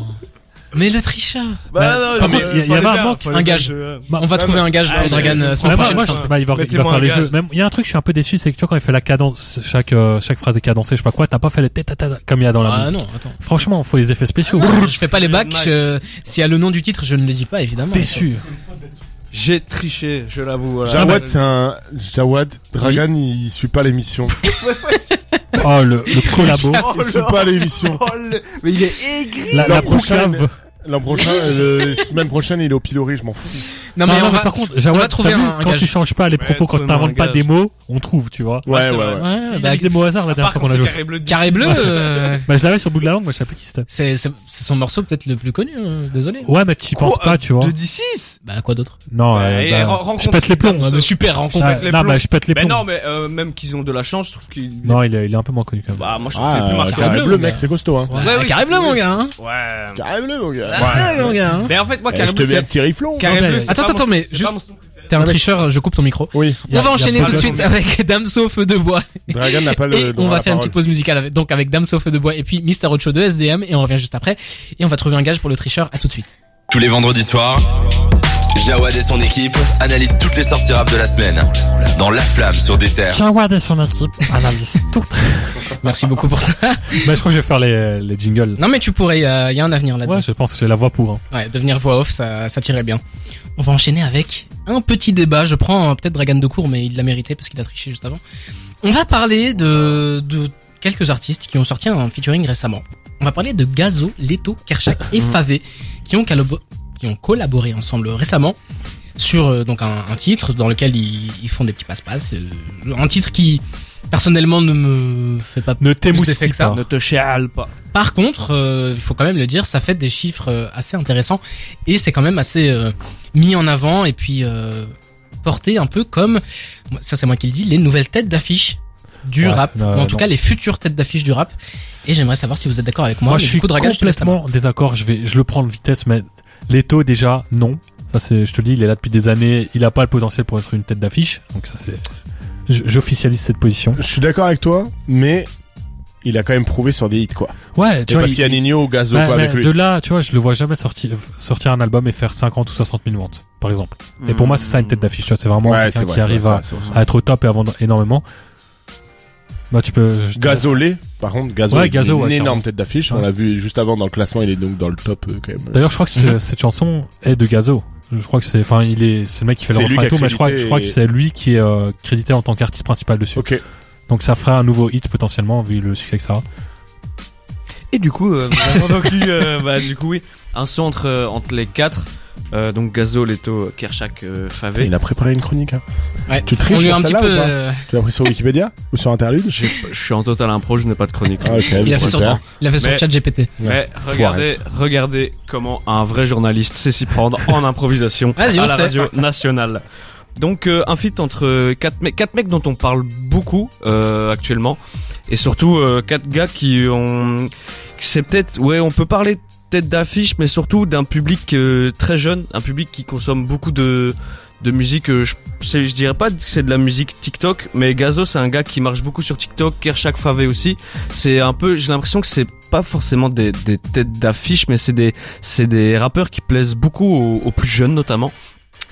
[SPEAKER 1] Mais le tricheur
[SPEAKER 4] Bah,
[SPEAKER 3] par
[SPEAKER 4] non, je-
[SPEAKER 3] contre, il y a- il y
[SPEAKER 4] fallait
[SPEAKER 3] avait un
[SPEAKER 4] bien,
[SPEAKER 3] manque.
[SPEAKER 4] fallait
[SPEAKER 1] Un
[SPEAKER 4] bien
[SPEAKER 1] gage.
[SPEAKER 4] que je-
[SPEAKER 3] Bah,
[SPEAKER 1] On va trouver un gage
[SPEAKER 4] Ah,
[SPEAKER 1] pour
[SPEAKER 4] j'ai-
[SPEAKER 1] Dragan euh,
[SPEAKER 3] Ouais,
[SPEAKER 1] semaine
[SPEAKER 3] moi,
[SPEAKER 1] prochaine.
[SPEAKER 3] moi, je-
[SPEAKER 1] je pense.
[SPEAKER 3] bah, il va, il va
[SPEAKER 4] Mettez-moi
[SPEAKER 3] faire
[SPEAKER 4] un
[SPEAKER 3] les
[SPEAKER 4] gage.
[SPEAKER 3] jeux. Même, il y a un truc, je suis un peu déçu, c'est que tu vois, quand il fait la cadence, chaque, euh, chaque phrase est cadencée, je sais pas quoi, t'as pas fait les tête comme il y a dans la
[SPEAKER 1] Ah
[SPEAKER 3] musique.
[SPEAKER 1] non, attends.
[SPEAKER 3] Franchement, faut les effets spéciaux.
[SPEAKER 1] Je fais pas les bacs. je- S'il y a le nom du titre, je ne le dis pas, évidemment.
[SPEAKER 3] Déçu.
[SPEAKER 4] J'ai triché, je l'avoue. voilà.
[SPEAKER 2] Jawad, c'est un. Jawad, Dragan, il suit pas l'émission.
[SPEAKER 3] Oh, le, le collabo.
[SPEAKER 4] Oh,
[SPEAKER 2] Il suit
[SPEAKER 4] là.
[SPEAKER 2] pas l'émission.
[SPEAKER 4] Oh, le- Mais il est aigri.
[SPEAKER 3] La, la
[SPEAKER 2] La prochaine-
[SPEAKER 3] proclave.
[SPEAKER 2] L'an prochain, euh, la semaine prochaine, il est au pilori, je m'en fous.
[SPEAKER 1] Non,
[SPEAKER 3] Non,
[SPEAKER 1] mais
[SPEAKER 3] non,
[SPEAKER 1] on
[SPEAKER 3] mais
[SPEAKER 1] va-
[SPEAKER 3] par contre,
[SPEAKER 1] on
[SPEAKER 3] Jawad,
[SPEAKER 1] va trouver
[SPEAKER 3] t'as vu,
[SPEAKER 1] un- un
[SPEAKER 3] quand
[SPEAKER 1] gage.
[SPEAKER 3] tu changes pas les propos, quand
[SPEAKER 4] trouve-moi un
[SPEAKER 3] t'inventes pas
[SPEAKER 4] gage.
[SPEAKER 3] des mots, on trouve, tu vois.
[SPEAKER 2] Ouais,
[SPEAKER 4] Ah, c'est
[SPEAKER 2] ouais,
[SPEAKER 4] vrai.
[SPEAKER 2] ouais.
[SPEAKER 3] Ouais,
[SPEAKER 1] Il
[SPEAKER 3] bah,
[SPEAKER 1] a
[SPEAKER 3] avec des mots au hasard la
[SPEAKER 4] À part
[SPEAKER 3] dernière fois
[SPEAKER 4] quand
[SPEAKER 3] qu'on a
[SPEAKER 4] c'est
[SPEAKER 3] joué.
[SPEAKER 4] carré bleu. dix.
[SPEAKER 1] Carré bleu, euh,
[SPEAKER 3] Bah, je l'avais sur le bout de la langue, moi, je savais plus qui c'était.
[SPEAKER 1] c'est c'est- c'est son morceau peut-être le plus connu, euh, désolé.
[SPEAKER 3] Ouais, mais tu y penses
[SPEAKER 4] Quoi,
[SPEAKER 3] pas, tu vois.
[SPEAKER 4] De 16
[SPEAKER 1] Bah quoi d'autre
[SPEAKER 3] Non, euh,
[SPEAKER 4] Et
[SPEAKER 3] bah,
[SPEAKER 4] ren- rencontre-
[SPEAKER 3] je pète les plombs.
[SPEAKER 4] Ouais,
[SPEAKER 1] Ah, mais Super rencontre.
[SPEAKER 3] Ah,
[SPEAKER 4] pète les
[SPEAKER 3] non,
[SPEAKER 4] plombs.
[SPEAKER 3] bah, je pète les
[SPEAKER 4] Mais
[SPEAKER 3] plombs.
[SPEAKER 4] non, mais euh, même qu'ils ont de la chance, je trouve qu'il.
[SPEAKER 3] Non, il est, il est un peu moins connu quand même.
[SPEAKER 4] Bah, moi, je trouve qu'il est plus
[SPEAKER 2] Ah,
[SPEAKER 4] marqué.
[SPEAKER 1] Carré
[SPEAKER 2] carré
[SPEAKER 1] bleu,
[SPEAKER 2] bleu, mec,
[SPEAKER 1] mais-
[SPEAKER 2] c'est costaud, hein.
[SPEAKER 1] Ouais,
[SPEAKER 4] Ouais, oui,
[SPEAKER 1] bah, carré
[SPEAKER 4] c'est-
[SPEAKER 1] bleu, mon gars. hein.
[SPEAKER 4] Ouais.
[SPEAKER 2] Carré bleu, mon gars.
[SPEAKER 1] Ouais, mon gars. hein.
[SPEAKER 4] Mais en fait, moi,
[SPEAKER 2] Eh, je
[SPEAKER 4] carré
[SPEAKER 2] te
[SPEAKER 4] bleu,
[SPEAKER 2] mets un
[SPEAKER 4] c'est.
[SPEAKER 2] petit riflon.
[SPEAKER 4] Carré bleu,
[SPEAKER 3] Attends,
[SPEAKER 4] c'est pas
[SPEAKER 1] attends,
[SPEAKER 4] mon-
[SPEAKER 1] mais
[SPEAKER 4] c'est
[SPEAKER 1] juste-
[SPEAKER 4] pas mon son préféré.
[SPEAKER 1] T'es un tricheur, je coupe ton micro.
[SPEAKER 2] Oui.
[SPEAKER 1] On va
[SPEAKER 3] y a
[SPEAKER 1] enchaîner
[SPEAKER 3] pas
[SPEAKER 1] tout de
[SPEAKER 2] de
[SPEAKER 1] suite
[SPEAKER 2] son-
[SPEAKER 1] avec Damso Feu de Bois.
[SPEAKER 2] Dragan n'a pas le
[SPEAKER 1] Et
[SPEAKER 2] droit
[SPEAKER 1] on
[SPEAKER 2] à
[SPEAKER 1] va
[SPEAKER 2] la
[SPEAKER 1] faire une
[SPEAKER 2] parole.
[SPEAKER 1] petite pause musicale avec, donc avec Damso Feu de Bois et puis Mister Ocho de SDM et on revient juste après. Et on va trouver un gage pour le tricheur. À tout de suite.
[SPEAKER 5] Tous les vendredis soirs, Jawad et son équipe analysent toutes les sorties rap de la semaine dans La Flamme sur des terres.
[SPEAKER 3] Jawad et son équipe analyse tout.
[SPEAKER 1] Merci beaucoup pour ça.
[SPEAKER 3] Bah, je crois que je vais faire les, les jingles.
[SPEAKER 1] Non mais tu pourrais, il y, a y a un avenir là-dedans.
[SPEAKER 3] Ouais, je pense que j'ai la voix pour. hein.
[SPEAKER 1] Ouais, devenir voix off, ça, ça tirait bien. On va enchaîner avec un petit débat. Je prends euh, peut-être Dragan de court, mais il l'a mérité parce qu'il a triché juste avant. On va parler de, de quelques artistes qui ont sorti un featuring récemment. On va parler de Gazo, Leto, Kershak et Favé qui ont, calabo- qui ont collaboré ensemble récemment sur euh, donc un, un titre dans lequel ils, ils font des petits passe-passe. euh, un titre qui personnellement ne me fait pas
[SPEAKER 3] Ne
[SPEAKER 1] plus
[SPEAKER 3] t'émoustille
[SPEAKER 1] d'effet que ça.
[SPEAKER 3] pas.
[SPEAKER 4] Ne te chiale pas.
[SPEAKER 1] Par contre, euh, il faut quand même le dire, ça fait des chiffres euh, assez intéressants et c'est quand même assez euh, mis en avant et puis euh, porté un peu comme, ça c'est moi qui le dis, les nouvelles têtes d'affiche du
[SPEAKER 3] Ouais,
[SPEAKER 1] rap,
[SPEAKER 3] euh,
[SPEAKER 1] ou en tout
[SPEAKER 3] non.
[SPEAKER 1] cas les futures têtes d'affiche du rap. Et j'aimerais savoir si vous êtes d'accord avec moi.
[SPEAKER 3] Moi,
[SPEAKER 1] Mais
[SPEAKER 3] je
[SPEAKER 1] du
[SPEAKER 3] suis
[SPEAKER 1] coup, Dragan, je te laisse la main.
[SPEAKER 3] complètement désaccord. Je vais, je le prends de vitesse, mais Leto déjà non. Ça c'est, je te le dis, il est là depuis des années. Il a pas le potentiel pour être une tête d'affiche. Donc ça c'est, je- j'officialise cette position.
[SPEAKER 2] Je suis d'accord avec toi, mais il a quand même prouvé sur des hits, quoi.
[SPEAKER 3] Ouais,
[SPEAKER 2] Et
[SPEAKER 3] tu vois.
[SPEAKER 2] parce
[SPEAKER 3] il-
[SPEAKER 2] qu'il y a Nino ou Gazo,
[SPEAKER 3] bah,
[SPEAKER 2] quoi,
[SPEAKER 3] mais
[SPEAKER 2] avec lui.
[SPEAKER 3] De là, tu vois, je le vois jamais sortir, sortir un album et faire 50 ou 60 000 ventes, par exemple. Et pour moi, c'est ça une tête d'affiche, tu vois. C'est vraiment
[SPEAKER 2] Ouais,
[SPEAKER 3] quelqu'un
[SPEAKER 2] c'est vrai,
[SPEAKER 3] qui
[SPEAKER 2] c'est vrai,
[SPEAKER 3] arrive
[SPEAKER 2] c'est
[SPEAKER 3] à,
[SPEAKER 2] vrai, c'est vrai, c'est
[SPEAKER 3] à être au top et à vendre énormément. Bah, tu peux. je-
[SPEAKER 2] Gazolé, par contre, Gazo,
[SPEAKER 3] Ouais,
[SPEAKER 2] est
[SPEAKER 3] Gazo,
[SPEAKER 2] une
[SPEAKER 3] ouais,
[SPEAKER 2] énorme
[SPEAKER 3] carrément.
[SPEAKER 2] tête d'affiche. On
[SPEAKER 3] Ouais.
[SPEAKER 2] l'a vu juste avant dans le classement, il est donc dans le top euh, quand même.
[SPEAKER 3] D'ailleurs, je crois que ce- cette chanson est de Gazo. Je crois que c'est, enfin, il est, c'est le mec qui fait le
[SPEAKER 2] C'est lui
[SPEAKER 3] refrain et
[SPEAKER 2] qui a
[SPEAKER 3] tout, mais je crois, je
[SPEAKER 2] crédité
[SPEAKER 3] crois que
[SPEAKER 2] et-
[SPEAKER 3] c'est lui qui est euh, crédité en tant qu'artiste principal dessus.
[SPEAKER 2] Ok.
[SPEAKER 3] Donc ça ferait un nouveau hit potentiellement vu le succès que ça a.
[SPEAKER 4] Et du coup, euh, nous avons donc eu, euh, bah, du coup, oui, un saut entre, euh, entre les quatre. Euh, donc Gazo, Leto, Kershak, euh, Favé.
[SPEAKER 2] Il a préparé une chronique. hein.
[SPEAKER 1] Ouais,
[SPEAKER 2] Tu triches
[SPEAKER 1] on lui a
[SPEAKER 2] pour
[SPEAKER 1] un petit
[SPEAKER 2] celle-là
[SPEAKER 1] peu.
[SPEAKER 2] ou pas
[SPEAKER 1] euh,
[SPEAKER 2] Tu l'as pris sur Wikipédia ou sur Interlude
[SPEAKER 4] J'ai- Je suis en total impro, je n'ai pas de chronique.
[SPEAKER 2] Ah, ok,
[SPEAKER 1] il a fait sur,
[SPEAKER 2] super.
[SPEAKER 1] il a fait sur
[SPEAKER 4] Mais-
[SPEAKER 1] chat GPT.
[SPEAKER 4] Mais regardez, regardez comment un vrai journaliste sait s'y prendre en improvisation à
[SPEAKER 1] Vas-y, on
[SPEAKER 4] la
[SPEAKER 1] se tait.
[SPEAKER 4] radio nationale. Donc euh, un feat entre quatre, me- quatre mecs dont on parle beaucoup euh, actuellement et surtout euh, quatre gars qui ont c'est peut-être ouais on peut parler peut-être d'affiches mais surtout d'un public euh, très jeune un public qui consomme beaucoup de de musique euh, je, c'est- je dirais pas que c'est de la musique TikTok mais Gazo c'est un gars qui marche beaucoup sur TikTok Kershak Favé aussi c'est un peu j'ai l'impression que c'est pas forcément des, des têtes d'affiche mais c'est des c'est des rappeurs qui plaisent beaucoup aux, aux plus jeunes notamment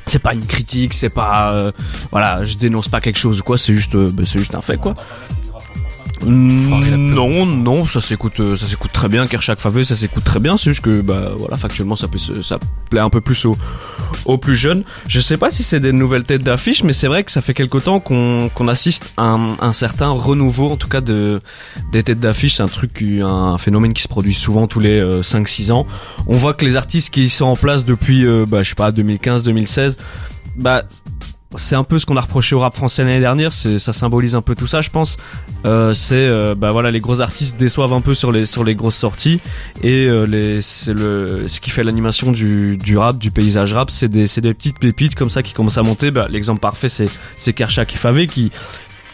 [SPEAKER 4] c'est pas une critique c'est pas euh, voilà je dénonce pas quelque chose ou quoi c'est juste euh, bah, c'est juste un fait quoi Mm, non non ça s'écoute euh, ça s'écoute très bien Kershak Favé ça s'écoute très bien c'est juste que bah voilà factuellement ça peut se- ça plaît un peu plus aux aux plus jeunes je sais pas si c'est des nouvelles têtes d'affiche mais c'est vrai que ça fait quelque temps qu'on qu'on assiste à un, un certain renouveau en tout cas de des têtes d'affiche, c'est un truc, qui- un phénomène qui se produit souvent tous les 5-6 ans. On voit que les artistes qui sont en place depuis, euh, bah, je sais pas, 2015-2016, bah, c'est un peu ce qu'on a reproché au rap français l'année dernière. C'est, ça symbolise un peu tout ça, je pense. Euh, c'est, euh, bah voilà, les gros artistes déçoivent un peu sur les sur les grosses sorties et euh, les, c'est le ce qui fait l'animation du, du rap, du paysage rap, c'est des c'est des petites pépites comme ça qui commencent à monter. Bah, l'exemple parfait, c'est c'est Kershak et Favé qui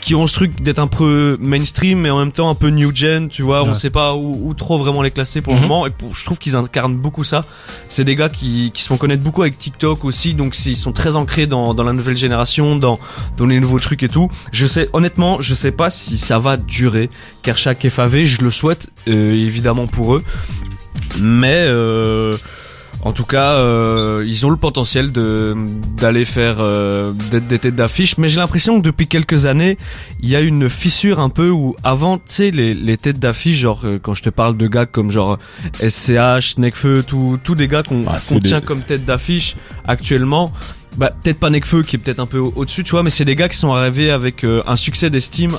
[SPEAKER 4] qui ont ce truc d'être un peu mainstream mais en même temps un peu new gen, tu vois, on
[SPEAKER 3] Ouais.
[SPEAKER 4] sait pas où, où trop vraiment les classer pour
[SPEAKER 1] Mhm.
[SPEAKER 4] le moment et pour- je trouve qu'ils incarnent beaucoup ça. C'est des gars qui, qui se font connaître beaucoup avec TikTok aussi, donc c'est- ils sont très ancrés dans, dans la nouvelle génération, dans, dans les nouveaux trucs et tout. Je sais, honnêtement, je sais pas si ça va durer. Kershak et Favé, je le souhaite euh, évidemment pour eux, mais euh, en tout cas, euh, ils ont le potentiel de d'aller faire euh, d'être des têtes d'affiche. Mais j'ai l'impression que depuis quelques années, il y a une fissure un peu où avant, tu sais, les, les têtes d'affiche, genre euh, quand je te parle de gars comme genre SCH, Necfeu, tous tous des gars qu'on
[SPEAKER 2] Ah,
[SPEAKER 4] qu'on
[SPEAKER 2] c'est des-
[SPEAKER 4] tient comme tête d'affiche actuellement. Bah peut-être pas Necfeu qui est peut-être un peu au- au-dessus, tu vois, mais c'est des gars qui sont arrivés avec euh, un succès d'estime.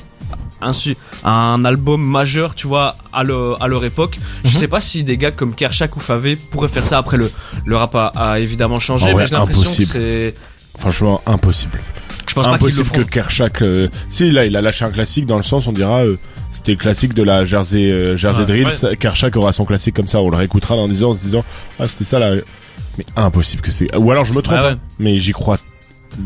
[SPEAKER 4] Un, su- un album majeur, tu vois, à, le- à leur époque. Je
[SPEAKER 1] Mhm.
[SPEAKER 4] sais pas si des gars comme Kershak ou Favé pourraient faire ça. Après, le, le rap a, a évidemment changé,
[SPEAKER 2] En vrai,
[SPEAKER 4] mais j'ai l'impression que
[SPEAKER 2] impossible.
[SPEAKER 4] c'est.
[SPEAKER 2] Franchement, impossible.
[SPEAKER 4] Je pense pas qu'ils le
[SPEAKER 2] impossible
[SPEAKER 4] feront.
[SPEAKER 2] que Kershak. euh, Si là, il a lâché un classique dans le sens, on dira, euh, c'était le classique de la Jersey euh, Jersey
[SPEAKER 3] Ouais,
[SPEAKER 2] Drill. Kershak aura son classique comme ça. On le réécoutera dans 10 ans en se disant, ah c'était ça là. Mais impossible que c'est. Ou alors je me trompe.
[SPEAKER 4] Ouais, ouais.
[SPEAKER 2] hein, Mais j'y crois.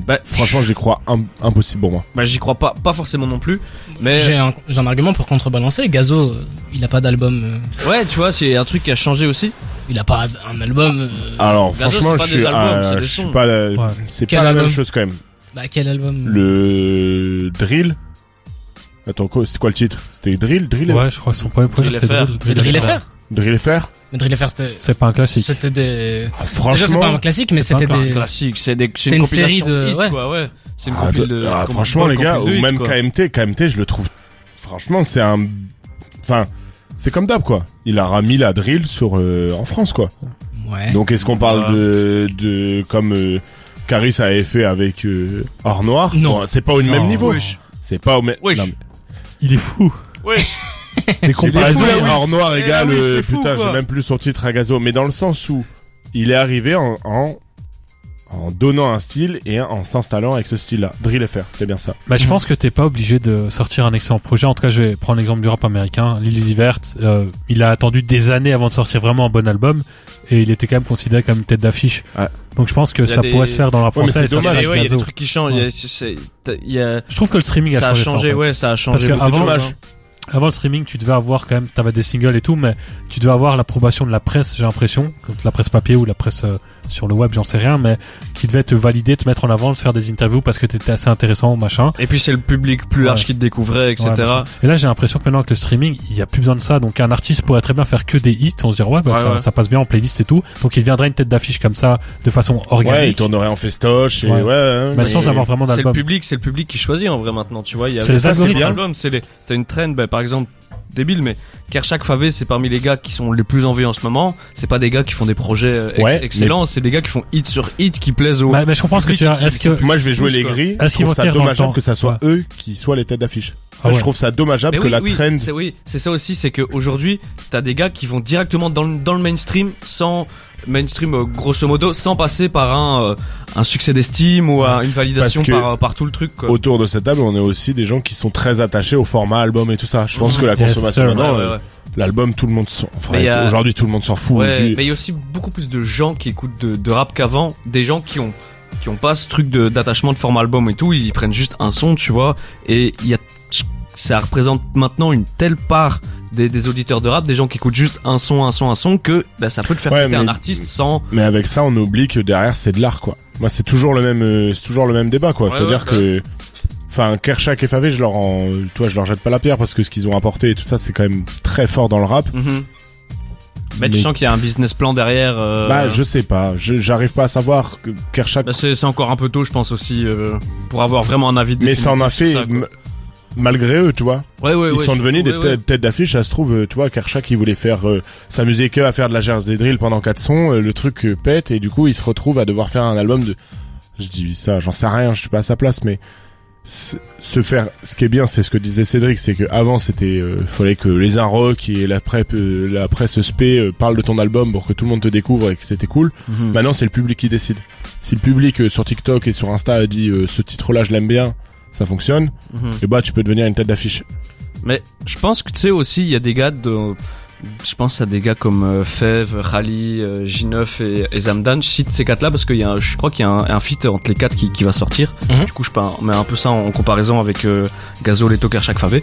[SPEAKER 4] Bah,
[SPEAKER 2] Franchement, j'y crois im- impossible pour moi.
[SPEAKER 4] bah, j'y crois pas, pas forcément non plus. Mais
[SPEAKER 1] J'ai un, j'ai un argument pour contrebalancer. Gazo, euh, il a pas d'album. euh,
[SPEAKER 4] ouais, tu vois, c'est un truc qui a changé aussi.
[SPEAKER 1] il a pas un album. euh,
[SPEAKER 2] Alors
[SPEAKER 4] Gazo,
[SPEAKER 2] franchement,
[SPEAKER 4] c'est pas
[SPEAKER 2] je
[SPEAKER 4] des
[SPEAKER 2] suis,
[SPEAKER 4] albums, c'est des
[SPEAKER 2] euh, je suis
[SPEAKER 4] sons.
[SPEAKER 2] pas. euh,
[SPEAKER 3] Ouais.
[SPEAKER 2] C'est
[SPEAKER 1] Quel
[SPEAKER 2] pas la même
[SPEAKER 1] album
[SPEAKER 2] chose quand même.
[SPEAKER 1] Bah quel album
[SPEAKER 2] Le drill. Attends, quoi, c'était quoi le titre C'était drill, drill,
[SPEAKER 3] Ouais, je crois que son premier projet
[SPEAKER 4] Drill
[SPEAKER 3] c'est
[SPEAKER 4] FR.
[SPEAKER 3] Drill,
[SPEAKER 1] Mais
[SPEAKER 3] Drill
[SPEAKER 1] Drill
[SPEAKER 3] FR.
[SPEAKER 1] FR.
[SPEAKER 2] drill FR.
[SPEAKER 1] Mais Drill FR c'était
[SPEAKER 3] C'est pas un classique.
[SPEAKER 1] c'était des.
[SPEAKER 2] Ah,
[SPEAKER 1] Déjà c'est pas
[SPEAKER 2] franchement,
[SPEAKER 1] un classique, mais
[SPEAKER 3] c'est pas
[SPEAKER 1] c'était
[SPEAKER 3] un
[SPEAKER 1] des.
[SPEAKER 4] Classique, c'est des-
[SPEAKER 1] C'est
[SPEAKER 4] c'est une,
[SPEAKER 1] une
[SPEAKER 4] compilation
[SPEAKER 1] série de-
[SPEAKER 4] hits,
[SPEAKER 1] ouais.
[SPEAKER 4] quoi, ouais. C'est une
[SPEAKER 2] Ah,
[SPEAKER 4] compile
[SPEAKER 2] de-
[SPEAKER 4] de.
[SPEAKER 2] ah,
[SPEAKER 4] com-
[SPEAKER 2] franchement,
[SPEAKER 4] une
[SPEAKER 2] les gars,
[SPEAKER 4] compile de
[SPEAKER 2] ou
[SPEAKER 4] hits,
[SPEAKER 2] même
[SPEAKER 4] quoi.
[SPEAKER 2] KMT, KMT, je le trouve. Franchement, c'est un. Enfin, c'est comme d'hab, quoi. Il aura mis la drill sur euh, en France, quoi.
[SPEAKER 1] Ouais.
[SPEAKER 2] Donc, est-ce qu'on parle
[SPEAKER 4] Voilà.
[SPEAKER 2] de de comme euh, Caris avait fait avec euh, Or Noir
[SPEAKER 1] Non.
[SPEAKER 2] Bon, c'est pas au même
[SPEAKER 3] Non.
[SPEAKER 2] niveau.
[SPEAKER 3] Wesh.
[SPEAKER 2] C'est pas au même.
[SPEAKER 4] Wesh.
[SPEAKER 2] Non, mais-
[SPEAKER 3] Il est fou.
[SPEAKER 4] Wesh.
[SPEAKER 3] Les
[SPEAKER 2] Comparaison,
[SPEAKER 3] comparaisons.
[SPEAKER 2] Or Noir
[SPEAKER 4] Eh,
[SPEAKER 2] égale,
[SPEAKER 4] oui, c'est
[SPEAKER 2] euh,
[SPEAKER 4] fou,
[SPEAKER 2] putain,
[SPEAKER 4] quoi.
[SPEAKER 2] j'ai même plus son titre à Gazo, mais dans le sens où il est arrivé en, en, en donnant un style et en s'installant avec ce style-là. Drill FR, c'était bien ça.
[SPEAKER 3] Bah, je
[SPEAKER 1] Mhm.
[SPEAKER 3] pense que t'es pas obligé de sortir un excellent projet. En tout cas, je vais prendre l'exemple du rap américain. Lil Vert, euh, il a attendu des années avant de sortir vraiment un bon album et il était quand même considéré comme tête d'affiche.
[SPEAKER 2] Ouais.
[SPEAKER 3] Donc je pense que
[SPEAKER 4] Il y a
[SPEAKER 3] ça
[SPEAKER 4] des-
[SPEAKER 3] pourrait se faire dans le rap
[SPEAKER 2] Ouais, mais
[SPEAKER 3] français.
[SPEAKER 2] c'est
[SPEAKER 3] et ça se
[SPEAKER 2] dommage.
[SPEAKER 3] fait
[SPEAKER 4] Et
[SPEAKER 3] avec
[SPEAKER 4] ouais, il y a des
[SPEAKER 3] Gazo.
[SPEAKER 4] trucs qui changent. il y a- c'est- c'est- t'as- il y a-
[SPEAKER 3] Je trouve que le streaming
[SPEAKER 4] Ça a
[SPEAKER 3] ça, en
[SPEAKER 4] changé,
[SPEAKER 3] fait.
[SPEAKER 4] ouais, ça a changé.
[SPEAKER 3] que
[SPEAKER 4] beaucoup de
[SPEAKER 3] avant-
[SPEAKER 4] choses,
[SPEAKER 2] dommage.
[SPEAKER 4] hein.
[SPEAKER 3] Avant le streaming, tu devais avoir quand même, t'avais des singles et tout, mais tu devais avoir l'approbation de la presse, j'ai l'impression, comme la presse papier ou la presse euh, sur le web, j'en sais rien, mais qui devait te valider, te mettre en avant, te faire des interviews parce que t'étais assez intéressant, machin.
[SPEAKER 4] Et puis c'est le public plus large
[SPEAKER 3] Ouais.
[SPEAKER 4] qui te découvrait, etc.
[SPEAKER 3] Ouais, machin. et là, j'ai l'impression que maintenant avec le streaming, il y a plus besoin de ça. Donc un artiste pourrait très bien faire que des hits, on se dirait ouais, bah,
[SPEAKER 4] Ouais,
[SPEAKER 3] ça,
[SPEAKER 4] ouais.
[SPEAKER 3] ça passe bien en playlist et tout. Donc il deviendrait une tête d'affiche comme ça, de façon
[SPEAKER 2] Ouais, il
[SPEAKER 3] organique,
[SPEAKER 2] tournerait en festoche et
[SPEAKER 3] Ouais.
[SPEAKER 2] ouais. hein,
[SPEAKER 3] mais sans
[SPEAKER 2] mais-
[SPEAKER 3] avoir vraiment
[SPEAKER 4] c'est le
[SPEAKER 3] d'album.
[SPEAKER 4] public, c'est le public qui choisit en vrai maintenant, tu vois. Il y a
[SPEAKER 3] C'est les
[SPEAKER 4] ça,
[SPEAKER 3] algorithmes.
[SPEAKER 4] pas l'album, c'est les. T'as une traîne, bah, par exemple, débile, mais Kershak Favé, c'est parmi les gars qui sont les plus en vue en ce moment. C'est pas des gars qui font des projets euh, ex-
[SPEAKER 2] Ouais, Bah,
[SPEAKER 4] excellents, c'est des gars qui font hit sur hit qui plaisent aux.
[SPEAKER 3] Mais, mais je comprends ce que tu as. Est-ce que
[SPEAKER 2] Moi, je vais jouer
[SPEAKER 4] Plus,
[SPEAKER 2] les
[SPEAKER 4] quoi.
[SPEAKER 2] grilles.
[SPEAKER 3] Est-ce
[SPEAKER 2] Je
[SPEAKER 3] qu'ils vont
[SPEAKER 2] trouve ça
[SPEAKER 3] tenir dans le temps
[SPEAKER 2] dommageable que ça soit eux qui soient les têtes d'affiche.
[SPEAKER 3] Ah ouais.
[SPEAKER 2] Je trouve ça dommageable
[SPEAKER 4] Mais
[SPEAKER 2] que
[SPEAKER 4] oui,
[SPEAKER 2] la
[SPEAKER 4] oui,
[SPEAKER 2] trend.
[SPEAKER 4] c'est oui, c'est ça aussi, c'est qu'aujourd'hui, t'as des gars qui vont directement dans, le- dans le mainstream sans mainstream euh, grosso modo, sans passer par un euh, un succès d'estime ou à une validation
[SPEAKER 2] Parce que-
[SPEAKER 4] par, par tout le truc. Quoi.
[SPEAKER 2] Autour de cette table, on est aussi des gens qui sont très attachés au format album et tout ça. Je pense que la
[SPEAKER 3] Yes,
[SPEAKER 2] consommation
[SPEAKER 3] sir.
[SPEAKER 2] maintenant,
[SPEAKER 4] Ouais, ouais,
[SPEAKER 2] euh,
[SPEAKER 4] ouais.
[SPEAKER 2] l'album, tout le monde s'en. enfin,
[SPEAKER 4] Mais il y a-
[SPEAKER 2] Aujourd'hui, tout le monde s'en fout.
[SPEAKER 4] Ouais,
[SPEAKER 2] J'ai-
[SPEAKER 4] mais il y a aussi beaucoup plus de gens qui écoutent de, de rap qu'avant, des gens qui ont qui ont pas ce truc de- d'attachement de, format album et tout, ils prennent juste un son, tu vois, et il y a ça représente maintenant une telle part des, des auditeurs de rap, des gens qui écoutent juste un son, un son, un son, que bah, ça peut te faire
[SPEAKER 2] Ouais,
[SPEAKER 4] péter un
[SPEAKER 2] mais-
[SPEAKER 4] artiste sans.
[SPEAKER 2] Mais avec ça, on oublie que derrière, c'est de l'art, quoi. Moi, c'est toujours le même, euh, c'est toujours le même débat, quoi.
[SPEAKER 4] Ouais,
[SPEAKER 2] C'est-à-dire
[SPEAKER 4] ouais,
[SPEAKER 2] que, enfin, Kershak et Favé, je leur en, toi, je leur jette pas la pierre parce que ce qu'ils ont apporté et tout ça, c'est quand même très fort dans le rap.
[SPEAKER 4] Mhm. Mais tu
[SPEAKER 2] Mais-
[SPEAKER 4] sens qu'il y a un business plan derrière. euh,
[SPEAKER 2] Bah, je sais pas. Je- J'arrive pas à savoir que Kershak,
[SPEAKER 4] bah, c'est c'est encore un peu tôt, je pense aussi, euh, pour avoir vraiment un avis.
[SPEAKER 2] mais ça en a
[SPEAKER 4] définitif
[SPEAKER 2] fait,
[SPEAKER 4] sur ça, quoi.
[SPEAKER 2] m- malgré eux, tu vois.
[SPEAKER 4] Ouais, ouais,
[SPEAKER 2] ils
[SPEAKER 4] ouais,
[SPEAKER 2] sont
[SPEAKER 4] je-
[SPEAKER 2] devenus des
[SPEAKER 4] ouais,
[SPEAKER 2] tê-
[SPEAKER 4] ouais.
[SPEAKER 2] têtes d'affiche, ça se trouve, euh, tu vois, Kershak, il voulait faire, euh, s'amuser que à faire de la gerce des drills pendant quatre sons, euh, le truc euh, pète, et du coup, il se retrouve à devoir faire un album de, je dis ça, j'en sais rien, je suis pas à sa place, mais se se faire, ce qui est bien, c'est ce que disait Cédric, c'est que avant c'était, euh, fallait que les un rock et la, prep, euh, la presse spé euh, parlent de ton album pour que tout le monde te découvre et que c'était cool.
[SPEAKER 4] Mhm.
[SPEAKER 2] Maintenant, c'est le public qui décide. Si le public euh, sur TikTok et sur Insta dit euh, ce titre-là, je l'aime bien, ça fonctionne,
[SPEAKER 4] Mhm.
[SPEAKER 2] et bah tu peux devenir une tête d'affiche.
[SPEAKER 4] Mais je pense que tu sais aussi, il y a des gars de. Je pense à des gars comme euh, Fève, Khali, euh, J9 et, et Zamdan. Je cite ces quatre-là parce que y a un- je crois qu'il y a un, un feat entre les quatre qui, qui va sortir.
[SPEAKER 1] Mhm.
[SPEAKER 4] Du coup, je peins- mets un peu ça en, en comparaison avec euh, Gazol et Tokershak Favé.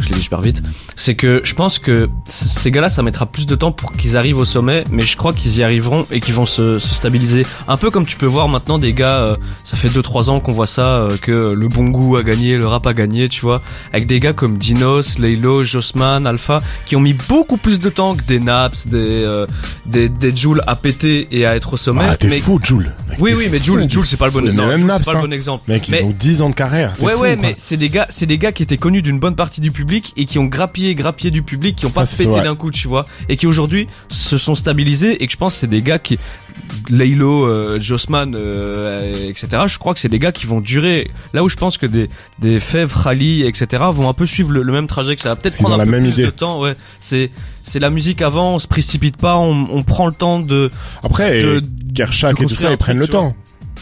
[SPEAKER 4] Je l'ai dit super vite. C'est que je pense que c- ces gars-là, ça mettra plus de temps pour qu'ils arrivent au sommet, mais je crois qu'ils y arriveront et qu'ils vont se, se stabiliser. Un peu comme tu peux voir maintenant des gars, euh, ça fait 2-3 ans qu'on voit ça, euh, que le bon goût a gagné, le rap a gagné, tu vois avec des gars comme Dinos, Laylo, Josman, Alpha, qui ont mis beaucoup plus de temps que des Naps, des euh, des, des Jules à péter et à être au sommet.
[SPEAKER 2] ah, t'es
[SPEAKER 4] mais,
[SPEAKER 2] fou, Jules. Mec,
[SPEAKER 4] oui,
[SPEAKER 2] t'es
[SPEAKER 4] oui, mais
[SPEAKER 2] fou.
[SPEAKER 4] Jules, Jules, c'est pas le bon,
[SPEAKER 2] Mais
[SPEAKER 4] non,
[SPEAKER 2] même
[SPEAKER 4] Jules,
[SPEAKER 2] Naps,
[SPEAKER 4] c'est pas le
[SPEAKER 2] hein.
[SPEAKER 4] bon exemple.
[SPEAKER 2] Mec, ils
[SPEAKER 4] mais-
[SPEAKER 2] ont 10 ans de carrière. T'es
[SPEAKER 4] Ouais
[SPEAKER 2] fou,
[SPEAKER 4] ouais
[SPEAKER 2] quoi.
[SPEAKER 4] mais c'est des gars c'est des gars qui étaient connus d'une bonne partie du public et qui ont grappillé grappillé du public qui ont
[SPEAKER 2] Ça,
[SPEAKER 4] pas
[SPEAKER 2] c'est
[SPEAKER 4] pété
[SPEAKER 2] vrai.
[SPEAKER 4] d'un coup tu vois et qui aujourd'hui se sont stabilisés et que je pense que c'est des gars qui Laylo euh, Josman euh, etc je crois que c'est des gars qui vont durer là où je pense que des des Fèvres Rally etc vont un peu suivre le, le même trajet que ça va peut-être
[SPEAKER 2] Parce qu'ils
[SPEAKER 4] prendre un
[SPEAKER 2] ont la
[SPEAKER 4] peu
[SPEAKER 2] même
[SPEAKER 4] plus
[SPEAKER 2] idée.
[SPEAKER 4] de temps ouais c'est c'est la musique avant on se précipite pas on, on prend le temps de
[SPEAKER 2] Après,
[SPEAKER 4] de-
[SPEAKER 2] euh, Kershak
[SPEAKER 4] de
[SPEAKER 2] et tout
[SPEAKER 4] construire
[SPEAKER 2] ça,
[SPEAKER 4] un
[SPEAKER 2] ils prennent le
[SPEAKER 4] truc, tu
[SPEAKER 2] temps.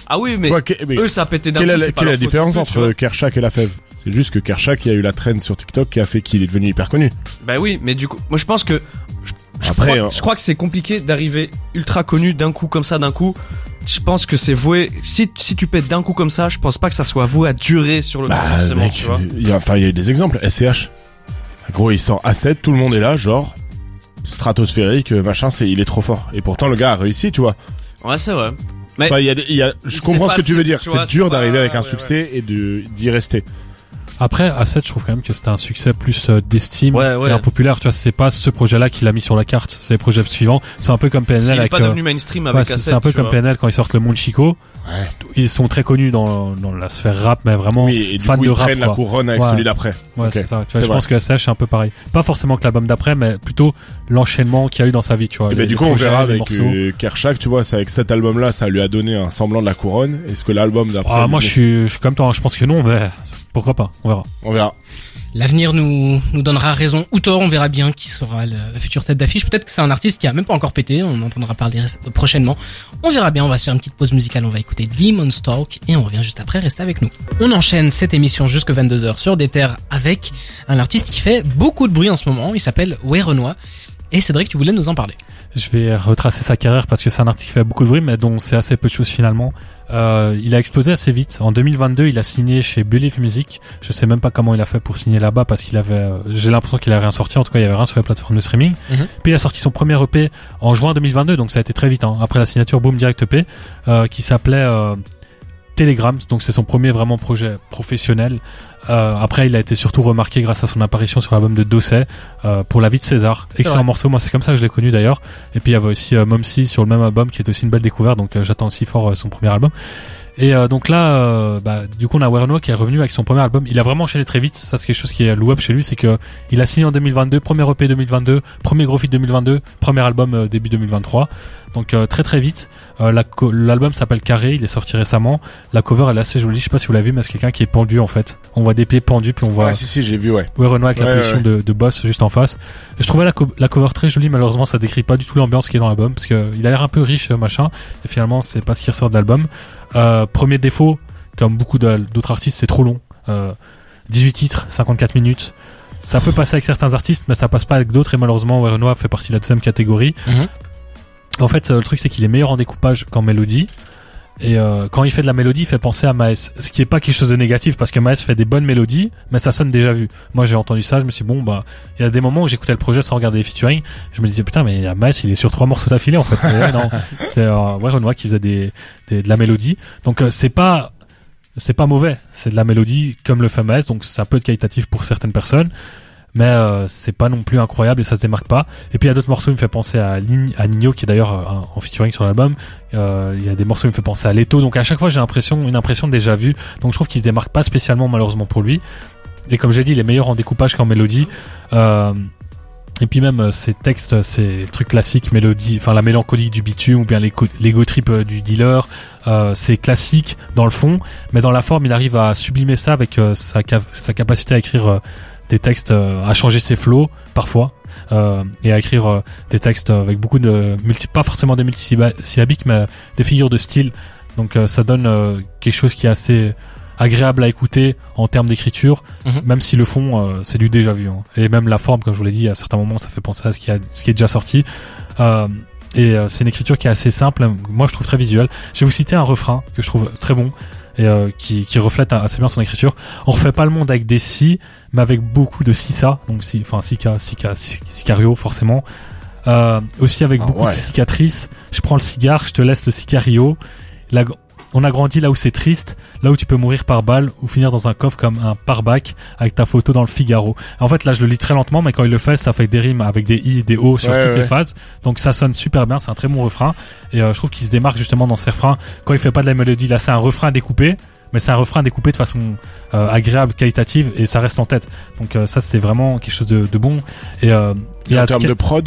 [SPEAKER 4] ah oui mais
[SPEAKER 2] Tu vois, que- mais
[SPEAKER 4] eux ça a pété d'un
[SPEAKER 2] quelle
[SPEAKER 4] coup
[SPEAKER 2] est
[SPEAKER 4] c'est
[SPEAKER 2] la,
[SPEAKER 4] pas
[SPEAKER 2] quelle est
[SPEAKER 4] leur
[SPEAKER 2] la
[SPEAKER 4] faute non
[SPEAKER 2] différence
[SPEAKER 4] plus, tu vois.
[SPEAKER 2] entre Kershak et la fève C'est juste que Kershak, il y a eu la traîne sur TikTok qui a fait qu'il est devenu hyper connu.
[SPEAKER 4] Bah oui, mais du coup, moi je pense que. Je, je
[SPEAKER 2] Après,
[SPEAKER 4] crois,
[SPEAKER 2] hein.
[SPEAKER 4] je crois que c'est compliqué d'arriver ultra connu d'un coup comme ça, d'un coup. Je pense que c'est voué. Si, si tu pètes d'un coup comme ça, je pense pas que ça soit voué à durer sur le temps,
[SPEAKER 2] Bah,
[SPEAKER 4] forcément,
[SPEAKER 2] mec,
[SPEAKER 4] tu vois.
[SPEAKER 2] il y a- enfin, il y a eu des exemples. SCH. Gros, il sort A7, tout le monde est là, genre, stratosphérique, euh, machin, c'est, il est trop fort. Et pourtant, le gars a réussi, tu vois.
[SPEAKER 4] Ouais, c'est vrai. Mais-
[SPEAKER 2] Enfin, il y a, des- il y a- je
[SPEAKER 4] C'est
[SPEAKER 2] comprends
[SPEAKER 4] pas-
[SPEAKER 2] ce que tu
[SPEAKER 4] c'est-
[SPEAKER 2] veux dire.
[SPEAKER 4] tu vois,
[SPEAKER 2] C'est dur
[SPEAKER 4] c'est pas-
[SPEAKER 2] d'arriver avec un
[SPEAKER 4] ouais, ouais.
[SPEAKER 2] succès et de, d'y rester.
[SPEAKER 3] Après, à 7, je trouve quand même que c'était un succès plus euh, d'estime
[SPEAKER 4] Ouais, ouais.
[SPEAKER 3] et impopulaire. Tu vois, c'est pas ce projet-là qui l'a mis sur la carte. C'est le projet suivant. C'est un peu comme PNL
[SPEAKER 4] Il est
[SPEAKER 3] avec.
[SPEAKER 4] pas
[SPEAKER 3] euh,
[SPEAKER 4] devenu mainstream
[SPEAKER 3] ouais,
[SPEAKER 4] avec
[SPEAKER 3] c'est
[SPEAKER 4] A7,
[SPEAKER 3] c'est un peu
[SPEAKER 4] tu
[SPEAKER 3] comme
[SPEAKER 4] vois.
[SPEAKER 3] PNL quand ils sortent le Monde Chico.
[SPEAKER 2] Ouais.
[SPEAKER 3] Ils sont très connus dans, dans la sphère rap, mais vraiment.
[SPEAKER 2] Oui, et du
[SPEAKER 3] fan
[SPEAKER 2] coup,
[SPEAKER 3] de
[SPEAKER 2] ils
[SPEAKER 3] rap,
[SPEAKER 2] prennent la
[SPEAKER 3] quoi.
[SPEAKER 2] couronne avec
[SPEAKER 3] Ouais.
[SPEAKER 2] celui d'après.
[SPEAKER 3] Ouais,
[SPEAKER 2] Ok.
[SPEAKER 3] c'est ça. Tu vois,
[SPEAKER 2] C'est
[SPEAKER 3] je pense que SH c'est un peu pareil. Pas forcément que l'album d'après, mais plutôt l'enchaînement qu'il y a eu dans sa vie, tu vois.
[SPEAKER 2] Et
[SPEAKER 3] les-
[SPEAKER 2] ben du
[SPEAKER 3] les
[SPEAKER 2] coup on
[SPEAKER 3] projets,
[SPEAKER 2] verra
[SPEAKER 3] les
[SPEAKER 2] avec
[SPEAKER 3] morceaux.
[SPEAKER 2] euh, Kershak, tu vois, c'est avec cet album là, ça lui a donné un semblant de la couronne. Est-ce que l'album d'après
[SPEAKER 3] Ah, moi, je suis, je suis comme toi. hein. Je pense que non, mais pourquoi pas. On verra.
[SPEAKER 2] on verra.
[SPEAKER 1] L'avenir nous, nous donnera raison ou tort, on verra bien qui sera la future tête d'affiche. Peut-être que c'est un artiste qui a même pas encore pété, on en entendra parler ré- prochainement. On verra bien, on va se faire une petite pause musicale, on va écouter Demon's Talk et on revient juste après, restez avec nous. On enchaîne cette émission jusque 22h sur des terres avec un artiste qui fait beaucoup de bruit en ce moment, il s'appelle Way Renoir. Et Cédric, tu voulais nous en parler.
[SPEAKER 3] je vais retracer sa carrière parce que c'est un article qui fait beaucoup de bruit, mais dont c'est assez peu de choses finalement. Euh, il a explosé assez vite. En 2022, il a signé chez Believe Music. Je sais même pas comment il a fait pour signer là-bas parce qu'il avait, euh, j'ai l'impression qu'il avait rien sorti. En tout cas, il y avait rien sur les plateformes de streaming.
[SPEAKER 1] Mhm.
[SPEAKER 3] Puis il a sorti son premier EP en juin 2022, donc ça a été très vite. hein. Après la signature, boom direct EP, euh, qui s'appelait euh, Telegrams. Donc c'est son premier vraiment projet professionnel. Euh, après, il a été surtout remarqué grâce à son apparition sur l'album de Dosset euh, pour La vie de César. Excellent
[SPEAKER 1] vrai.
[SPEAKER 3] morceau, moi c'est comme ça que je l'ai connu d'ailleurs. Et puis il y avait aussi euh, Momsi sur le même album qui est aussi une belle découverte, donc euh, j'attends aussi fort euh, son premier album. Et euh, donc là, euh, bah, du coup, on a Werno qui est revenu avec son premier album. Il a vraiment enchaîné très vite. Ça, c'est quelque chose qui est louable chez lui, c'est que il a signé en 2022, premier E EP 2022, premier gros feat 2022, premier album euh, début 2023. Donc euh, très très vite. Euh, la co- L'album s'appelle Carré, il est sorti récemment. La cover elle est assez jolie. Je sais pas si vous l'avez vu, mais c'est quelqu'un qui est pendu en fait. On voit des pieds pendus, puis on voit
[SPEAKER 2] Ah, si, si, j'ai vu, ouais.
[SPEAKER 3] Ouais, Renoir avec la
[SPEAKER 2] Ouais,
[SPEAKER 3] position
[SPEAKER 2] ouais.
[SPEAKER 3] De, de boss juste en face. Je trouvais la, co- la cover très jolie, malheureusement ça décrit pas du tout l'ambiance qui est dans l'album, parce que il a l'air un peu riche euh, machin, et finalement c'est pas ce qui ressort de l'album. Euh, premier défaut, comme beaucoup d'al- d'autres artistes, c'est trop long. Euh, 18 titres, 54 minutes. Ça peut passer avec certains artistes, mais ça passe pas avec d'autres, et malheureusement ouais, Renoir fait partie de la deuxième catégorie.
[SPEAKER 1] Mhm.
[SPEAKER 3] En fait, euh, le truc c'est qu'il est meilleur en découpage qu'en mélodie. Et euh, quand il fait de la mélodie, il fait penser à Maes. Ce qui est pas quelque chose de négatif parce que Maes fait des bonnes mélodies, mais ça sonne déjà vu. Moi, j'ai entendu ça, je me suis dit, bon, bah, il y a des moments où j'écoutais le projet sans regarder les featuring, je me disais putain, mais euh, Maes, il est sur trois morceaux d'affilée en fait. Mais ouais, non, c'est euh, ouais, Renoir qui faisait des, des- de la mélodie. Donc euh, c'est pas c'est pas mauvais, c'est de la mélodie comme le fait Maes, donc ça peut être qualitatif pour certaines personnes. Mais euh, c'est pas non plus incroyable et ça se démarque pas. Et puis il y a d'autres morceaux qui me fait penser à, Lign- à Nino qui est d'ailleurs euh, en featuring sur l'album. Euh, Il y a des morceaux qui me fait penser à Leto. Donc à chaque fois j'ai l'impression une impression déjà vue. Donc je trouve qu'il se démarque pas spécialement malheureusement pour lui. Et comme j'ai dit, il est meilleur en découpage qu'en mélodie. Euh, et puis même euh, ces textes, euh, ces trucs classiques, mélodie, enfin la mélancolie du bitume ou bien l'ego l'ego trip euh, du dealer, euh, c'est classique dans le fond, mais dans la forme, il arrive à sublimer ça avec euh, sa, cap- sa capacité à écrire euh, des textes, euh, à changer ses flots parfois, euh, et à écrire euh, des textes avec beaucoup de multi, pas forcément des multisyllabiques, mais des figures de style. Donc euh, ça donne euh, quelque chose qui est assez agréable à écouter en termes d'écriture,
[SPEAKER 1] Mhm.
[SPEAKER 3] même si le fond euh, c'est du déjà vu. hein. Et même la forme, comme je vous l'ai dit, à certains moments ça fait penser à ce qui, a, ce qui est déjà sorti. Euh, et euh, c'est une écriture qui est assez simple, moi je trouve très visuelle. Je vais vous citer un refrain que je trouve très bon et euh, qui, qui reflète assez bien son écriture. On refait pas le monde avec des si, mais avec beaucoup de si ça, donc si, enfin sika, sika, si- sicario forcément. Euh, aussi avec
[SPEAKER 2] Ah
[SPEAKER 3] beaucoup de
[SPEAKER 2] ouais.
[SPEAKER 3] cicatrices. Je prends le cigare, je te laisse le sicario. La, on a grandi là où c'est triste, là où tu peux mourir par balle ou finir dans un coffre comme un parbac avec ta photo dans le Figaro. En fait, là, je le lis très lentement, mais quand il le fait, ça fait des rimes avec des i, des o sur
[SPEAKER 2] Ouais,
[SPEAKER 3] toutes les
[SPEAKER 2] ouais.
[SPEAKER 3] phases. Donc ça sonne super bien, c'est un très bon refrain. Et euh, je trouve qu'il se démarque justement dans ses refrains. Quand il fait pas de la mélodie, là, c'est un refrain découpé, mais c'est un refrain découpé de façon euh, agréable, qualitative, et ça reste en tête. Donc euh, ça, c'était vraiment quelque chose de, de bon. Et, euh, il y
[SPEAKER 2] Et
[SPEAKER 3] a
[SPEAKER 2] en termes
[SPEAKER 3] quel-
[SPEAKER 2] de prod,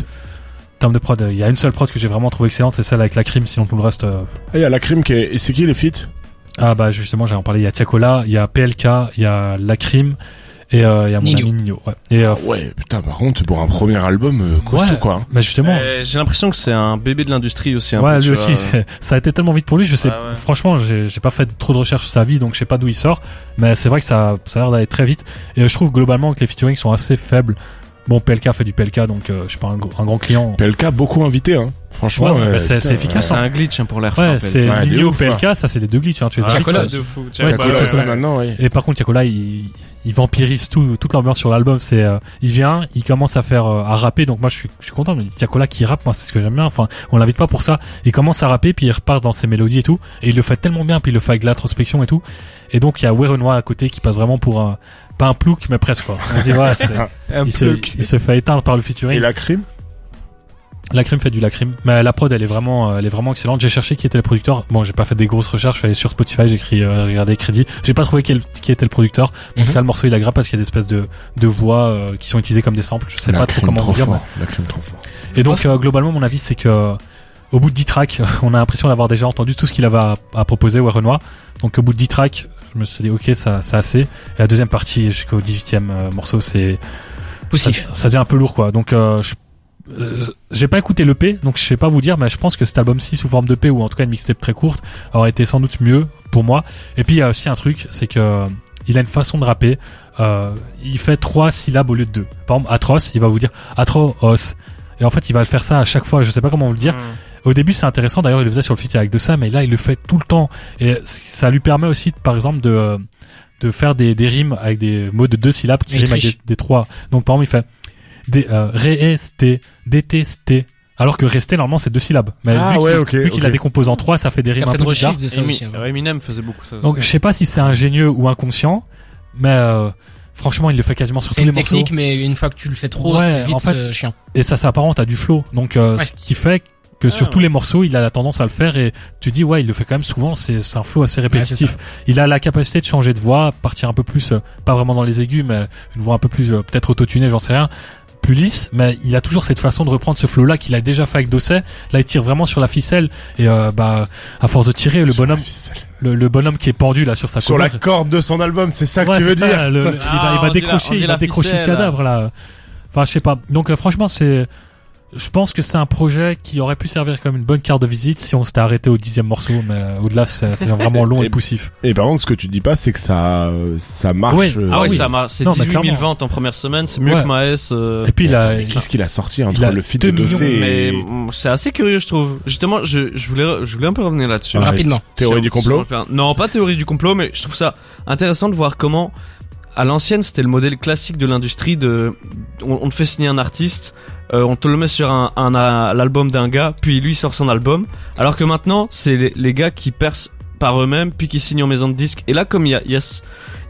[SPEAKER 3] termes de prod, euh, il y a une seule prod que j'ai vraiment trouvé excellente, c'est celle avec la crime, sinon tout le reste... euh,
[SPEAKER 2] Ah, il y a la crime qui est. et C'est qui les feats
[SPEAKER 3] Ah bah justement, j'allais en parler. Il y a Tiakola, il y a PLK, il y a La Crime et euh, il y a mon
[SPEAKER 1] Nino.
[SPEAKER 3] ami Nino. Ouais. Et euh,
[SPEAKER 2] Ah Ouais, putain, par contre, pour un premier album, euh, costaud,
[SPEAKER 3] Ouais.
[SPEAKER 2] quoi. hein.
[SPEAKER 3] bah justement,
[SPEAKER 4] Euh, J'ai l'impression que c'est un bébé de l'industrie aussi. Un
[SPEAKER 3] ouais,
[SPEAKER 4] peu,
[SPEAKER 3] lui
[SPEAKER 4] tu
[SPEAKER 3] aussi,
[SPEAKER 4] vois.
[SPEAKER 3] ça a été tellement vite pour lui. Je sais,
[SPEAKER 4] Ouais, ouais.
[SPEAKER 3] franchement, j'ai j'ai pas fait trop de recherches sur sa vie, donc je sais pas d'où il sort. Mais c'est vrai que ça, ça a l'air d'aller très vite. Et euh, je trouve globalement que les featuring sont assez faibles. Bon, PLK fait du PLK, donc euh, je suis pas un, gros- un grand client.
[SPEAKER 2] PLK, beaucoup invité, hein.
[SPEAKER 3] Ouais,
[SPEAKER 2] Franchement, euh,
[SPEAKER 3] bah, c'est
[SPEAKER 2] putain,
[SPEAKER 3] c'est
[SPEAKER 4] Ah,
[SPEAKER 3] efficace.
[SPEAKER 4] C'est
[SPEAKER 3] hein.
[SPEAKER 4] un glitch hein, pour l'air.
[SPEAKER 3] Ouais, c'est
[SPEAKER 2] Ouais, de
[SPEAKER 3] Nino
[SPEAKER 2] ouf,
[SPEAKER 3] PLK, ça c'est des deux glitchs. Hein, tu les as
[SPEAKER 1] Ah,
[SPEAKER 3] vite,
[SPEAKER 1] Tiakola,
[SPEAKER 3] ça.
[SPEAKER 1] de
[SPEAKER 4] fou.
[SPEAKER 2] euh,
[SPEAKER 3] Ouais,
[SPEAKER 2] Tiakola,
[SPEAKER 3] bah, ouais,
[SPEAKER 2] c'est
[SPEAKER 3] ouais.
[SPEAKER 2] maintenant, ouais.
[SPEAKER 3] Et par contre, Tiakola, il, il vampirise tout, toute l'ambiance sur l'album. C'est, euh, il vient, il commence à faire, euh, à rapper. Donc moi, je suis, je suis content. Mais Tiakola qui rappe, moi, c'est ce que j'aime bien. Enfin, on l'invite pas pour ça. Il commence à rapper, puis il repart dans ses mélodies et tout. Et il le fait tellement bien, puis il le fait avec de l'introspection et tout. Et donc, il y a Werenois à côté qui passe vraiment pour un, pas un plouc, mais presque, quoi. On se dit, ouais, c'est- il, se, il se fait éteindre par le featuring.
[SPEAKER 2] Et la crime
[SPEAKER 3] La crime fait du la crime. Mais la prod, elle est vraiment, euh, elle est vraiment excellente. J'ai cherché qui était le producteur. Bon, j'ai pas fait des grosses recherches. Je suis allé sur Spotify, j'ai écrit, euh, regardé les crédits. J'ai pas trouvé quel, qui était le producteur. En tout
[SPEAKER 1] Mhm.
[SPEAKER 3] cas, le morceau, il aggrave parce qu'il y a des espèces de, de voix euh, qui sont utilisées comme hein. des samples. Je sais
[SPEAKER 2] La
[SPEAKER 3] pas trop
[SPEAKER 2] crime
[SPEAKER 3] comment
[SPEAKER 2] trop
[SPEAKER 3] vous dire.
[SPEAKER 2] fort. La crime trop fort.
[SPEAKER 3] mais- Et donc, euh, globalement, mon avis, c'est que euh, au bout de 10 tracks, on a l'impression d'avoir déjà entendu tout ce qu'il avait à, à proposer, ouais, Renoir. Donc, au bout de 10 tracks, je me suis dit, ok, ça, c'est assez. Et la deuxième partie, jusqu'au 18e euh, morceau, c'est
[SPEAKER 1] Poussif.
[SPEAKER 3] ça, ça devient un peu lourd quoi. Donc euh, je- euh, j'ai pas écouté l'EP, donc je sais pas vous dire, mais je pense que cet album-ci sous forme d'EP ou en tout cas une mixtape très courte aurait été sans doute mieux pour moi. Et puis il y a aussi un truc, c'est que euh, il a une façon de rapper. euh, il fait trois syllabes au lieu de deux. Par exemple, atroce, il va vous dire atroce. Et en fait, il va le faire ça à chaque fois. Je sais pas comment vous le dire.
[SPEAKER 1] Hmm.
[SPEAKER 3] Au début, c'est intéressant. D'ailleurs, il le faisait sur le feat avec de ça, mais là, il le fait tout le temps. Et ça lui permet aussi, par exemple, de euh, de faire des, des rimes avec des mots de deux syllabes qui
[SPEAKER 1] Mais il
[SPEAKER 3] riment avec des,
[SPEAKER 1] triche.
[SPEAKER 3] des trois. Donc, par exemple, il fait des, euh, rester, détester. Alors que rester, normalement, c'est deux syllabes. Mais
[SPEAKER 2] Ah
[SPEAKER 3] vu qu'il
[SPEAKER 2] ouais, ok,
[SPEAKER 3] vu qu'il
[SPEAKER 2] ok.
[SPEAKER 3] la décompose en trois, ça fait des rimes un
[SPEAKER 1] Captain
[SPEAKER 3] peu Eh
[SPEAKER 1] Roshi
[SPEAKER 3] bizarres.
[SPEAKER 1] faisait ça aussi. hein.
[SPEAKER 3] Euh,
[SPEAKER 1] avant.
[SPEAKER 6] Eminem faisait beaucoup ça.
[SPEAKER 3] hein. Donc je
[SPEAKER 4] Ah
[SPEAKER 3] sais pas si c'est ingénieux ou inconscient, mais euh, franchement il le fait quasiment sur tous
[SPEAKER 1] C'est
[SPEAKER 3] les
[SPEAKER 1] une
[SPEAKER 3] morceaux.
[SPEAKER 1] technique, mais une fois que tu le fais trop,
[SPEAKER 3] Ouais,
[SPEAKER 1] c'est vite
[SPEAKER 3] en fait,
[SPEAKER 1] euh, chiant.
[SPEAKER 3] Et ça s'apparente à du flow. Donc
[SPEAKER 1] Ouais.
[SPEAKER 3] euh,
[SPEAKER 1] Ah,
[SPEAKER 3] ce qui fait que sur tous les morceaux il a la tendance à le faire et tu dis ouais il le fait quand même souvent, c'est c'est un flow assez répétitif. il a la capacité de changer de voix, partir un peu plus, euh, pas vraiment dans les aigus, mais une voix un peu plus euh, peut-être autotunée, j'en sais rien plus lisse, mais il a toujours cette façon de reprendre ce flow-là qu'il a déjà fait avec Dosset. Là, il tire vraiment sur la ficelle et euh, bah à force de tirer, le
[SPEAKER 2] Sur la
[SPEAKER 3] bonhomme,
[SPEAKER 2] ficelle.
[SPEAKER 3] le, le bonhomme qui est pendu là sur sa
[SPEAKER 2] Sur la
[SPEAKER 3] colère,
[SPEAKER 2] corde de son album, c'est ça que
[SPEAKER 3] Ouais,
[SPEAKER 2] tu veux
[SPEAKER 3] c'est
[SPEAKER 2] dire.
[SPEAKER 3] ça, le-
[SPEAKER 2] Putain,
[SPEAKER 3] il
[SPEAKER 2] c'est-
[SPEAKER 3] va, il va
[SPEAKER 6] Ah, on dit la-
[SPEAKER 3] décrocher,
[SPEAKER 6] on dit
[SPEAKER 3] il va
[SPEAKER 6] la
[SPEAKER 3] décrocher le
[SPEAKER 6] ficelle.
[SPEAKER 3] cadavre là. Enfin, je sais pas. Donc euh, franchement, c'est, je pense que c'est un projet qui aurait pu servir comme une bonne carte de visite si on s'était arrêté au dixième morceau, mais euh, au-delà, c'est c'est vraiment long et
[SPEAKER 2] Et-
[SPEAKER 3] poussif.
[SPEAKER 2] Et par contre, ce que tu dis pas, c'est que ça, euh, ça marche.
[SPEAKER 3] Ouais.
[SPEAKER 2] euh,
[SPEAKER 6] Ah ouais,
[SPEAKER 3] oui.
[SPEAKER 6] ça m'a, c'est
[SPEAKER 3] Non, mais
[SPEAKER 6] 18 000
[SPEAKER 3] clairement.
[SPEAKER 6] ventes en première semaine, c'est mieux
[SPEAKER 3] Ouais.
[SPEAKER 6] que Maes. euh,
[SPEAKER 3] Et puis il a,
[SPEAKER 2] Qu'est-ce qu'il a sorti
[SPEAKER 3] il
[SPEAKER 2] entre
[SPEAKER 3] a
[SPEAKER 2] le feat de
[SPEAKER 3] 2 millions,
[SPEAKER 2] Dossé
[SPEAKER 6] Mais
[SPEAKER 2] et ben,
[SPEAKER 6] mm,
[SPEAKER 4] C'est assez curieux, je trouve. Justement, je, je voulais, je voulais un peu revenir là-dessus.
[SPEAKER 2] Ouais.
[SPEAKER 1] Rapidement.
[SPEAKER 2] Ah, Théorie du
[SPEAKER 4] Sur-
[SPEAKER 2] complot
[SPEAKER 4] sur- Non, pas théorie du complot, mais je trouve ça intéressant de voir comment, à l'ancienne, c'était le modèle classique de l'industrie de, on, on te fait signer un artiste, euh, on te le met sur un, un, un- l'album d'un gars, puis lui sort son album. Alors que maintenant, c'est les, les gars qui percent par eux-mêmes, puis qui signent en maison de disques. Et là, comme il y a, il y a ce-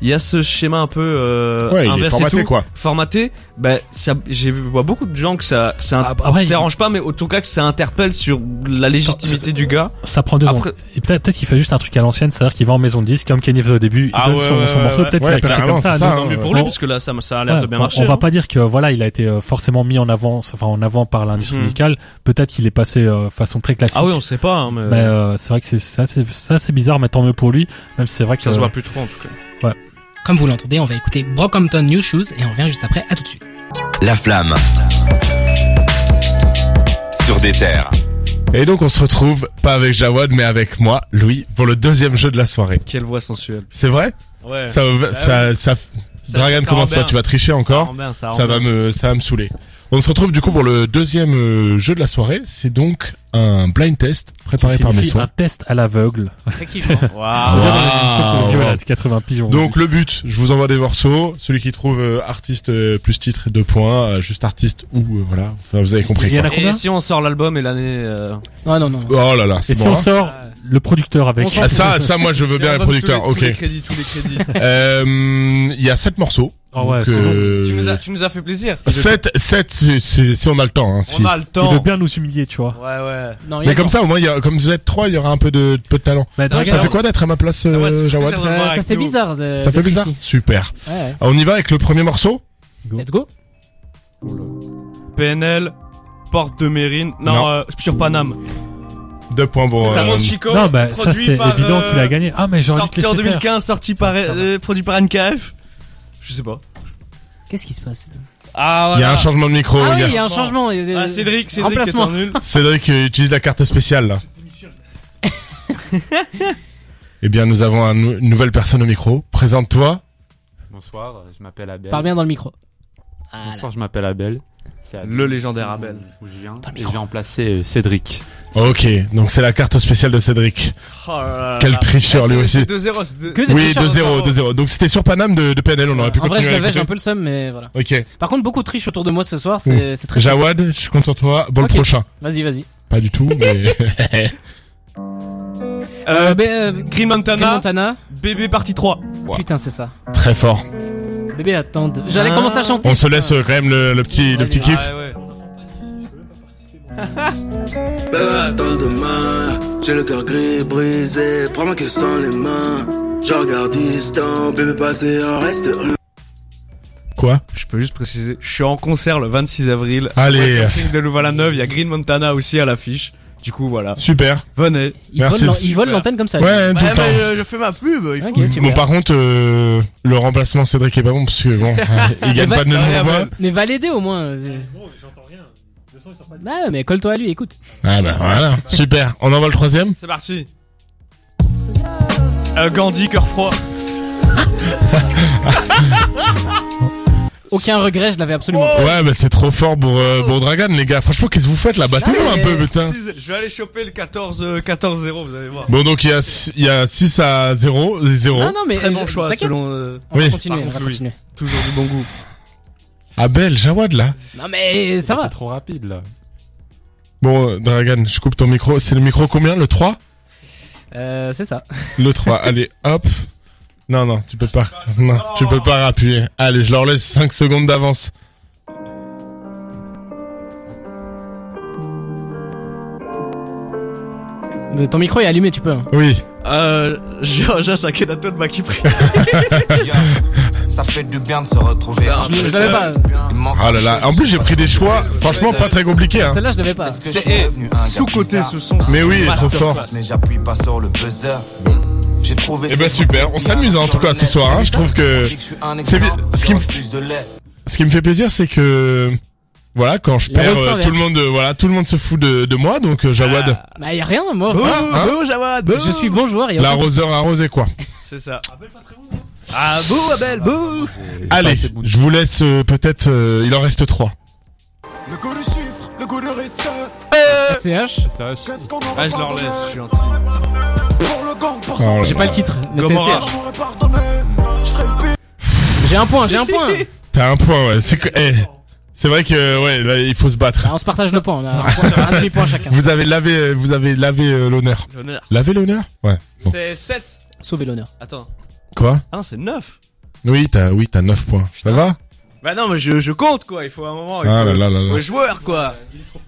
[SPEAKER 4] il y a ce schéma un peu euh,
[SPEAKER 2] Ouais, il est
[SPEAKER 4] inverse et
[SPEAKER 2] formaté
[SPEAKER 4] tout,
[SPEAKER 2] quoi.
[SPEAKER 4] formaté, ben ça, j'ai vu bah, beaucoup de gens que ça, que ça
[SPEAKER 3] après, il-
[SPEAKER 4] dérange pas, mais en tout cas que ça interpelle sur la légitimité du gars.
[SPEAKER 3] ça prend deux
[SPEAKER 4] Après-
[SPEAKER 3] secondes. Et peut-être peut-être qu'il fait juste un truc à l'ancienne, c'est-à-dire qu'il va en maison de disque comme Kenny faisait au début, il
[SPEAKER 6] Ah
[SPEAKER 3] donne
[SPEAKER 6] ouais,
[SPEAKER 3] son,
[SPEAKER 6] ouais,
[SPEAKER 3] son
[SPEAKER 6] ouais,
[SPEAKER 3] morceau,
[SPEAKER 6] ouais.
[SPEAKER 3] peut-être
[SPEAKER 2] Ouais,
[SPEAKER 3] qu'il appelle ça comme
[SPEAKER 2] clairement,
[SPEAKER 3] ça.
[SPEAKER 2] c'est
[SPEAKER 3] non
[SPEAKER 2] ça.
[SPEAKER 6] Tant mieux
[SPEAKER 2] euh,
[SPEAKER 6] pour lui,
[SPEAKER 3] on-
[SPEAKER 6] parce que là, ça, ça a l'air
[SPEAKER 3] Ouais,
[SPEAKER 6] de bien
[SPEAKER 3] on-
[SPEAKER 6] marcher.
[SPEAKER 3] On va
[SPEAKER 6] hein.
[SPEAKER 3] pas dire que voilà, il a été euh, forcément mis en avant, enfin en avant par l'industrie
[SPEAKER 4] Mhm.
[SPEAKER 3] musicale. Peut-être qu'il est passé euh, façon très classique.
[SPEAKER 4] Ah oui, on sait pas, hein, mais,
[SPEAKER 3] Mais euh, c'est vrai que c'est ça, c'est ça, c'est bizarre, mais tant mieux pour lui. Même si c'est vrai que euh,
[SPEAKER 4] ça se voit plus trop en tout cas.
[SPEAKER 1] Comme vous l'entendez, on va écouter Brockhampton New Shoes et on revient juste après. À tout de suite.
[SPEAKER 5] La flamme. Sur des terres.
[SPEAKER 2] Et donc on se retrouve pas avec Jawad mais avec moi, Louis, pour le deuxième jeu de la soirée.
[SPEAKER 4] Quelle voix sensuelle.
[SPEAKER 2] C'est vrai
[SPEAKER 6] Ouais.
[SPEAKER 2] Ça, ça, ça,
[SPEAKER 6] Ça-
[SPEAKER 2] Dragan
[SPEAKER 6] ça
[SPEAKER 2] commence
[SPEAKER 6] rend bien.
[SPEAKER 2] pas, tu vas tricher
[SPEAKER 6] Ça
[SPEAKER 2] encore.
[SPEAKER 6] rend bien,
[SPEAKER 2] Ça,
[SPEAKER 6] ça rend
[SPEAKER 2] va
[SPEAKER 6] bien.
[SPEAKER 2] me, ça va me saouler. On se retrouve du coup pour le deuxième euh, jeu de la soirée. C'est donc un blind test préparé par mes
[SPEAKER 3] signifie un
[SPEAKER 6] hein.
[SPEAKER 2] soins.
[SPEAKER 3] test à l'aveugle.
[SPEAKER 1] Effectivement.
[SPEAKER 2] Wow.
[SPEAKER 6] Waouh.
[SPEAKER 3] On dirait dans les émissions pour vieux, là, de 80 pigeons.
[SPEAKER 2] Donc le but, je vous envoie des morceaux. Celui qui trouve euh, artiste euh, plus titre deux points, euh, juste artiste ou euh, voilà. Enfin, vous avez compris.
[SPEAKER 3] Il y en
[SPEAKER 2] quoi.
[SPEAKER 3] a combien
[SPEAKER 4] Et si on sort l'album et l'année. euh,
[SPEAKER 1] non, non, non.
[SPEAKER 2] Oh là là,
[SPEAKER 3] Et
[SPEAKER 2] c'est
[SPEAKER 3] si
[SPEAKER 2] bon.
[SPEAKER 3] on
[SPEAKER 2] hein.
[SPEAKER 3] sort le producteur avec
[SPEAKER 1] On s'en
[SPEAKER 2] Ah, ça, ça, moi je veux bien les
[SPEAKER 4] l'album,
[SPEAKER 2] producteurs.
[SPEAKER 4] tous
[SPEAKER 2] Ok.
[SPEAKER 4] les- Tous les crédits, tous les crédits.
[SPEAKER 2] Euh, Il y a sept morceaux.
[SPEAKER 3] Ah ouais,
[SPEAKER 2] Donc,
[SPEAKER 3] c'est bon.
[SPEAKER 2] euh,
[SPEAKER 4] tu, nous as, tu nous as fait plaisir.
[SPEAKER 2] Sept, sept, si, si- si on a le temps. Hein, si.
[SPEAKER 6] On a le
[SPEAKER 3] Il veut
[SPEAKER 6] temps.
[SPEAKER 3] bien nous humilier, tu vois.
[SPEAKER 6] Ouais, ouais.
[SPEAKER 1] Non, il y a
[SPEAKER 2] Mais comme
[SPEAKER 1] pas.
[SPEAKER 2] ça, au moins, il y a, comme vous êtes trois, il y aura un peu de, peu de talent.
[SPEAKER 3] Mais
[SPEAKER 1] Dragan-
[SPEAKER 2] Ça fait quoi d'être à ma place, euh,
[SPEAKER 6] Ah ouais, c'est-
[SPEAKER 2] Jawad
[SPEAKER 6] c'est-
[SPEAKER 1] ça, ça fait bizarre. De,
[SPEAKER 2] Ça fait
[SPEAKER 1] d'être
[SPEAKER 2] bizarre.
[SPEAKER 1] ici.
[SPEAKER 2] Super.
[SPEAKER 1] Ouais, ouais.
[SPEAKER 2] Alors, on y va avec le premier morceau.
[SPEAKER 1] Let's go.
[SPEAKER 6] PNL, porte de Mérine. Non,
[SPEAKER 2] Non.
[SPEAKER 6] euh, sur Paname.
[SPEAKER 2] Deux points pour.
[SPEAKER 6] C'est ça,
[SPEAKER 2] euh,
[SPEAKER 6] mon Chico.
[SPEAKER 3] non, mais ça
[SPEAKER 6] produit
[SPEAKER 3] c'était
[SPEAKER 6] par,
[SPEAKER 3] évident
[SPEAKER 6] euh,
[SPEAKER 3] qu'il a gagné. Ah, mais j'aurais dû te
[SPEAKER 6] Sorti en
[SPEAKER 3] laisser faire.
[SPEAKER 6] 2015, sorti par, euh, produit par NKF. Je sais pas.
[SPEAKER 1] Qu'est-ce qui se passe
[SPEAKER 2] il
[SPEAKER 6] Ah,
[SPEAKER 2] y a
[SPEAKER 6] voilà.
[SPEAKER 2] un changement de micro,
[SPEAKER 1] Ah
[SPEAKER 2] les
[SPEAKER 1] oui,
[SPEAKER 2] gars.
[SPEAKER 1] il y a un changement. il y a des-
[SPEAKER 6] Ah, Cédric, Cédric, qui est
[SPEAKER 1] Remplacement.
[SPEAKER 6] en
[SPEAKER 4] Oh
[SPEAKER 6] nul.
[SPEAKER 2] Cédric euh, utilise la carte spéciale, là. Eh bien, nous avons un nou- une nouvelle personne au micro. Présente-toi.
[SPEAKER 7] Bonsoir, je m'appelle Abel.
[SPEAKER 1] Parle bien dans le micro. Voilà.
[SPEAKER 7] Bonsoir, je m'appelle Abel. C'est à
[SPEAKER 4] Le
[SPEAKER 7] Dijon
[SPEAKER 4] légendaire
[SPEAKER 7] où-
[SPEAKER 4] Abel.
[SPEAKER 7] Où je viens.
[SPEAKER 1] Dans le
[SPEAKER 7] Et je
[SPEAKER 1] micro.
[SPEAKER 7] vais remplacer euh, Cédric.
[SPEAKER 2] Ok, donc c'est la carte spéciale de Cédric.
[SPEAKER 6] Oh là là
[SPEAKER 2] Quel
[SPEAKER 6] là.
[SPEAKER 2] tricheur,
[SPEAKER 4] Ah,
[SPEAKER 2] lui
[SPEAKER 4] c'est-
[SPEAKER 2] aussi.
[SPEAKER 4] c'est 2-0. c'est deux-
[SPEAKER 1] Que des
[SPEAKER 2] Oui,
[SPEAKER 1] tricheurs.
[SPEAKER 2] 2-0, 2-0. Donc c'était sur Paname de, de PNL, on aurait pu
[SPEAKER 1] Ah En vrai,
[SPEAKER 2] continuer.
[SPEAKER 1] je
[SPEAKER 2] à
[SPEAKER 1] l'avais, j'ai un
[SPEAKER 2] écouter.
[SPEAKER 1] peu le seum, mais voilà.
[SPEAKER 2] Ok.
[SPEAKER 1] Par contre, beaucoup de triche autour de moi ce soir,
[SPEAKER 6] Mmh.
[SPEAKER 1] c'est c'est très triste.
[SPEAKER 2] Jawad, je compte sur toi. Bon,
[SPEAKER 1] Ok.
[SPEAKER 2] le prochain.
[SPEAKER 1] Vas-y, vas-y.
[SPEAKER 2] Pas du tout, mais.
[SPEAKER 6] Euh,
[SPEAKER 1] Euh, ben, euh,
[SPEAKER 6] Green
[SPEAKER 1] Green
[SPEAKER 6] Montana,
[SPEAKER 1] Montana.
[SPEAKER 6] bébé partie 3.
[SPEAKER 1] Putain, c'est ça.
[SPEAKER 2] Très fort.
[SPEAKER 1] Bébé, attends. J'allais
[SPEAKER 6] Ah.
[SPEAKER 1] commencer à chanter.
[SPEAKER 2] On se laisse euh, quand même le, le petit, le
[SPEAKER 1] Vas-y.
[SPEAKER 2] petit kiff.
[SPEAKER 6] Ah ouais.
[SPEAKER 8] Bébé, attends demain. J'ai le cœur gris brisé. Prends ma queue sans les mains. Je regarde distant. Bébé, passé en reste un.
[SPEAKER 2] Quoi
[SPEAKER 4] Je peux juste préciser, je suis en concert le 26 avril.
[SPEAKER 2] Allez,
[SPEAKER 4] De Louvain-la-Neuve, il y a Green Montana aussi à l'affiche. Du coup, voilà.
[SPEAKER 2] super.
[SPEAKER 4] Venez. euh,
[SPEAKER 1] Il vole
[SPEAKER 2] Merci.
[SPEAKER 1] l'an- il vole l'antenne comme ça. lui.
[SPEAKER 2] Ouais, tout
[SPEAKER 6] Bah, Ouais,
[SPEAKER 2] le temps.
[SPEAKER 6] mais je, je fais ma pub. Il faut...
[SPEAKER 1] Ok, super.
[SPEAKER 2] Bon, par contre, euh, le remplacement Cédric est pas bon parce que bon, il gagne
[SPEAKER 1] va-
[SPEAKER 2] pas de
[SPEAKER 6] Ouais,
[SPEAKER 2] nouveau voix.
[SPEAKER 1] Mais va l'aider au moins. euh. Bah, ouais, mais colle-toi à lui, écoute.
[SPEAKER 2] Ah bah voilà, super. On envoie le troisième.
[SPEAKER 6] C'est parti. Euh, Gandhi, cœur froid.
[SPEAKER 1] aucun regret, je l'avais
[SPEAKER 6] Oh.
[SPEAKER 1] absolument pas.
[SPEAKER 2] Ouais, bah c'est trop fort pour, euh, pour Dragan, les gars. Franchement, qu'est-ce que vous faites là Battez-nous un peu, putain.
[SPEAKER 4] Je vais aller choper le 14, euh, 14-0, vous allez voir.
[SPEAKER 2] Bon, donc il y a, il y a 6 à 0. 0.
[SPEAKER 6] Ah
[SPEAKER 1] Non, non, mais
[SPEAKER 4] Oh. Très
[SPEAKER 1] euh,
[SPEAKER 4] bon
[SPEAKER 1] je-
[SPEAKER 4] choix
[SPEAKER 1] t'inquiète,
[SPEAKER 4] selon. euh,
[SPEAKER 1] On va
[SPEAKER 2] Oui.
[SPEAKER 1] continuer,
[SPEAKER 4] Par
[SPEAKER 1] on va
[SPEAKER 4] contre, oui.
[SPEAKER 1] continuer.
[SPEAKER 4] toujours du bon goût.
[SPEAKER 2] Abel, Jawad là.
[SPEAKER 1] Non mais ça
[SPEAKER 7] T'es
[SPEAKER 1] va.
[SPEAKER 7] trop rapide là.
[SPEAKER 2] Bon, euh, Dragan, je coupe ton micro. C'est le micro combien Le 3
[SPEAKER 1] Euh, c'est ça.
[SPEAKER 2] Le 3. Allez, hop. Non, non, tu peux pas. Non, tu peux pas appuyer. Allez, je leur laisse 5 secondes d'avance.
[SPEAKER 1] Mais ton micro est allumé, tu peux. hein.
[SPEAKER 2] Oui.
[SPEAKER 4] Euh, Georgia Sakenato de Makipri.
[SPEAKER 8] Ça fait du bien de se retrouver.
[SPEAKER 4] Ah,
[SPEAKER 1] Je je l'avais pas.
[SPEAKER 2] Ah là là. En plus, j'ai pris des choix, franchement, pas très compliqués. Hein.
[SPEAKER 1] Ah, Celle-là, je l'avais pas.
[SPEAKER 4] C'est eh, sous-côté ce son.
[SPEAKER 2] Mais oui,
[SPEAKER 4] c'est
[SPEAKER 2] trop fort.
[SPEAKER 4] masterclass.
[SPEAKER 8] Mais j'appuie pas sur le buzzer. J'ai trouvé.
[SPEAKER 2] Eh ben super, on s'amuse hein, en tout cas ce soir. hein. Je trouve que c'est bien. Ce qui me ce qui me fait plaisir, c'est que voilà, quand je
[SPEAKER 1] La
[SPEAKER 2] perds,
[SPEAKER 1] route
[SPEAKER 2] euh,
[SPEAKER 1] s'inverse.
[SPEAKER 2] tout le monde, euh, voilà, tout le monde se fout de, de moi. Donc euh, Jawad,
[SPEAKER 1] Bah y a rien, moi.
[SPEAKER 4] Bouh,
[SPEAKER 2] Ah,
[SPEAKER 4] bouh, Jawad, bouh.
[SPEAKER 1] Je suis bon joueur. y a aucun-
[SPEAKER 2] l'arroseur arrosé quoi.
[SPEAKER 4] C'est ça. Ah, bouh, Abel, bouh.
[SPEAKER 7] J'ai- j'ai pas
[SPEAKER 2] Allez,
[SPEAKER 7] été bon.
[SPEAKER 2] je vous laisse euh, peut-être. euh, il en reste trois.
[SPEAKER 8] Le goût du chiffre, le goût du risque.
[SPEAKER 1] CH.
[SPEAKER 7] Ça, je-
[SPEAKER 8] Qu'est-ce qu'on en
[SPEAKER 4] Ah, je leur laisse, je suis gentil.
[SPEAKER 8] Pour le gang, pour
[SPEAKER 2] Oh là
[SPEAKER 1] J'ai
[SPEAKER 2] là.
[SPEAKER 1] pas le titre, mais c'est
[SPEAKER 4] Gomorrah.
[SPEAKER 1] CH.
[SPEAKER 8] m'aurait pardonné. Je ferai le pire.
[SPEAKER 1] J'ai un point, j'ai un point.
[SPEAKER 2] T'as un point. Ouais. C'est que- eh, c'est vrai que ouais, là, il faut se battre.
[SPEAKER 1] Bah, on se partage le point. On a un point- un demi-point chacun.
[SPEAKER 2] Vous avez lavé, euh, vous avez lavé euh, l'honneur.
[SPEAKER 4] L'honneur.
[SPEAKER 2] Lavé l'honneur Ouais. Bon.
[SPEAKER 4] C'est 7.
[SPEAKER 1] Sauvez l'honneur.
[SPEAKER 4] Attends.
[SPEAKER 2] Quoi
[SPEAKER 4] Ah non, c'est 9.
[SPEAKER 2] Oui, t'as oui, t'as 9 points. Ça va
[SPEAKER 4] Bah non, mais je, je compte quoi, il faut un moment. Il
[SPEAKER 2] Ah là
[SPEAKER 4] faut,
[SPEAKER 2] là là
[SPEAKER 4] faut
[SPEAKER 2] là.
[SPEAKER 4] le joueur quoi.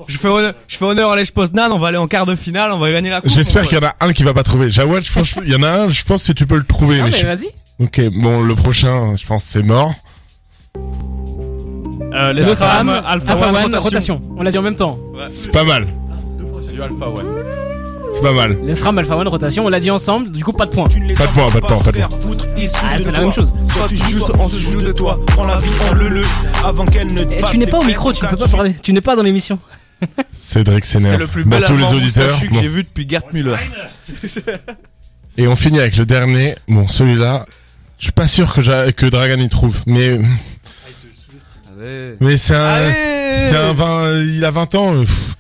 [SPEAKER 4] Je fais honneur, je fais honneur à l'Ech Poznan, on va aller en quart de finale, on va gagner la coupe.
[SPEAKER 2] J'espère qu'il y en a un qui va pas trouver. Jawad, je pense, il y en a un. Je pense que tu peux le trouver.
[SPEAKER 1] Non
[SPEAKER 2] mais je
[SPEAKER 1] mais
[SPEAKER 2] suis-
[SPEAKER 1] vas-y.
[SPEAKER 2] Ok, bon, le prochain, je pense, c'est mort.
[SPEAKER 4] Euh, les
[SPEAKER 1] Le
[SPEAKER 4] Sam,
[SPEAKER 1] Sam, Alpha
[SPEAKER 4] Alpha One,
[SPEAKER 1] One,
[SPEAKER 4] rotation.
[SPEAKER 1] rotation. On l'a dit en même temps.
[SPEAKER 2] C'est pas mal.
[SPEAKER 7] j'ai eu Alpha One.
[SPEAKER 2] C'est pas mal.
[SPEAKER 1] Les SRAM, Alpha One, rotation. On l'a dit ensemble. Du coup, pas de point.
[SPEAKER 8] Tu ne les
[SPEAKER 2] Pas de
[SPEAKER 8] as
[SPEAKER 2] point, pas de point,
[SPEAKER 8] se
[SPEAKER 2] pas de
[SPEAKER 8] faire foutre, ils se
[SPEAKER 1] Ah,
[SPEAKER 8] foutent
[SPEAKER 1] c'est
[SPEAKER 8] de
[SPEAKER 1] la
[SPEAKER 8] toi.
[SPEAKER 1] même chose.
[SPEAKER 8] Soit tu joues, soit on se joue de toi. Prends la vie en le le avant qu'elle ne te
[SPEAKER 1] Eh,
[SPEAKER 8] fasse
[SPEAKER 1] tu n'es pas au
[SPEAKER 8] des
[SPEAKER 1] micro,
[SPEAKER 8] fesses,
[SPEAKER 1] tu ne peux
[SPEAKER 8] car
[SPEAKER 1] pas parler. Tu n'es pas dans l'émission.
[SPEAKER 2] Cédric
[SPEAKER 4] C'est
[SPEAKER 2] s'énerve.
[SPEAKER 4] le plus
[SPEAKER 2] Bon,
[SPEAKER 4] bel
[SPEAKER 2] tous les
[SPEAKER 4] avant
[SPEAKER 2] auditeurs.
[SPEAKER 4] moustachu que
[SPEAKER 2] bon.
[SPEAKER 4] j'ai vu depuis Gert Müller.
[SPEAKER 2] Et on finit avec le dernier. Bon, celui-là, je suis pas sûr que, j'a- que Dragan y trouve, mais
[SPEAKER 4] Allez.
[SPEAKER 2] mais c'est un,
[SPEAKER 4] Allez
[SPEAKER 2] c'est un 20, il a 20 ans. euh, pff,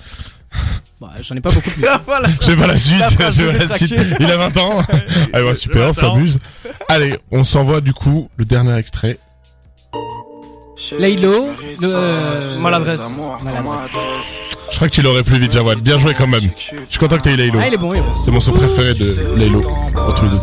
[SPEAKER 1] Bah, J'en ai pas beaucoup. plus.
[SPEAKER 4] Ah, voilà.
[SPEAKER 2] J'ai pas la suite,
[SPEAKER 4] La phrase
[SPEAKER 2] j'ai
[SPEAKER 4] de
[SPEAKER 2] pas la
[SPEAKER 4] détraqué.
[SPEAKER 2] suite. Il a 20 ans. Allez, bah, super, on
[SPEAKER 4] 20 ans.
[SPEAKER 2] s'amuse. Allez, on s'envoie du coup le dernier extrait.
[SPEAKER 1] Laylo, le, euh,
[SPEAKER 4] Maladresse.
[SPEAKER 1] Maladresse.
[SPEAKER 2] Je crois que tu l'aurais plus vite, Jawad. Bien joué quand même. Je suis content que t'aies eu Laylo.
[SPEAKER 1] Ah, il est bon, il est bon.
[SPEAKER 2] C'est mon son préféré de Laylo. entre les deux.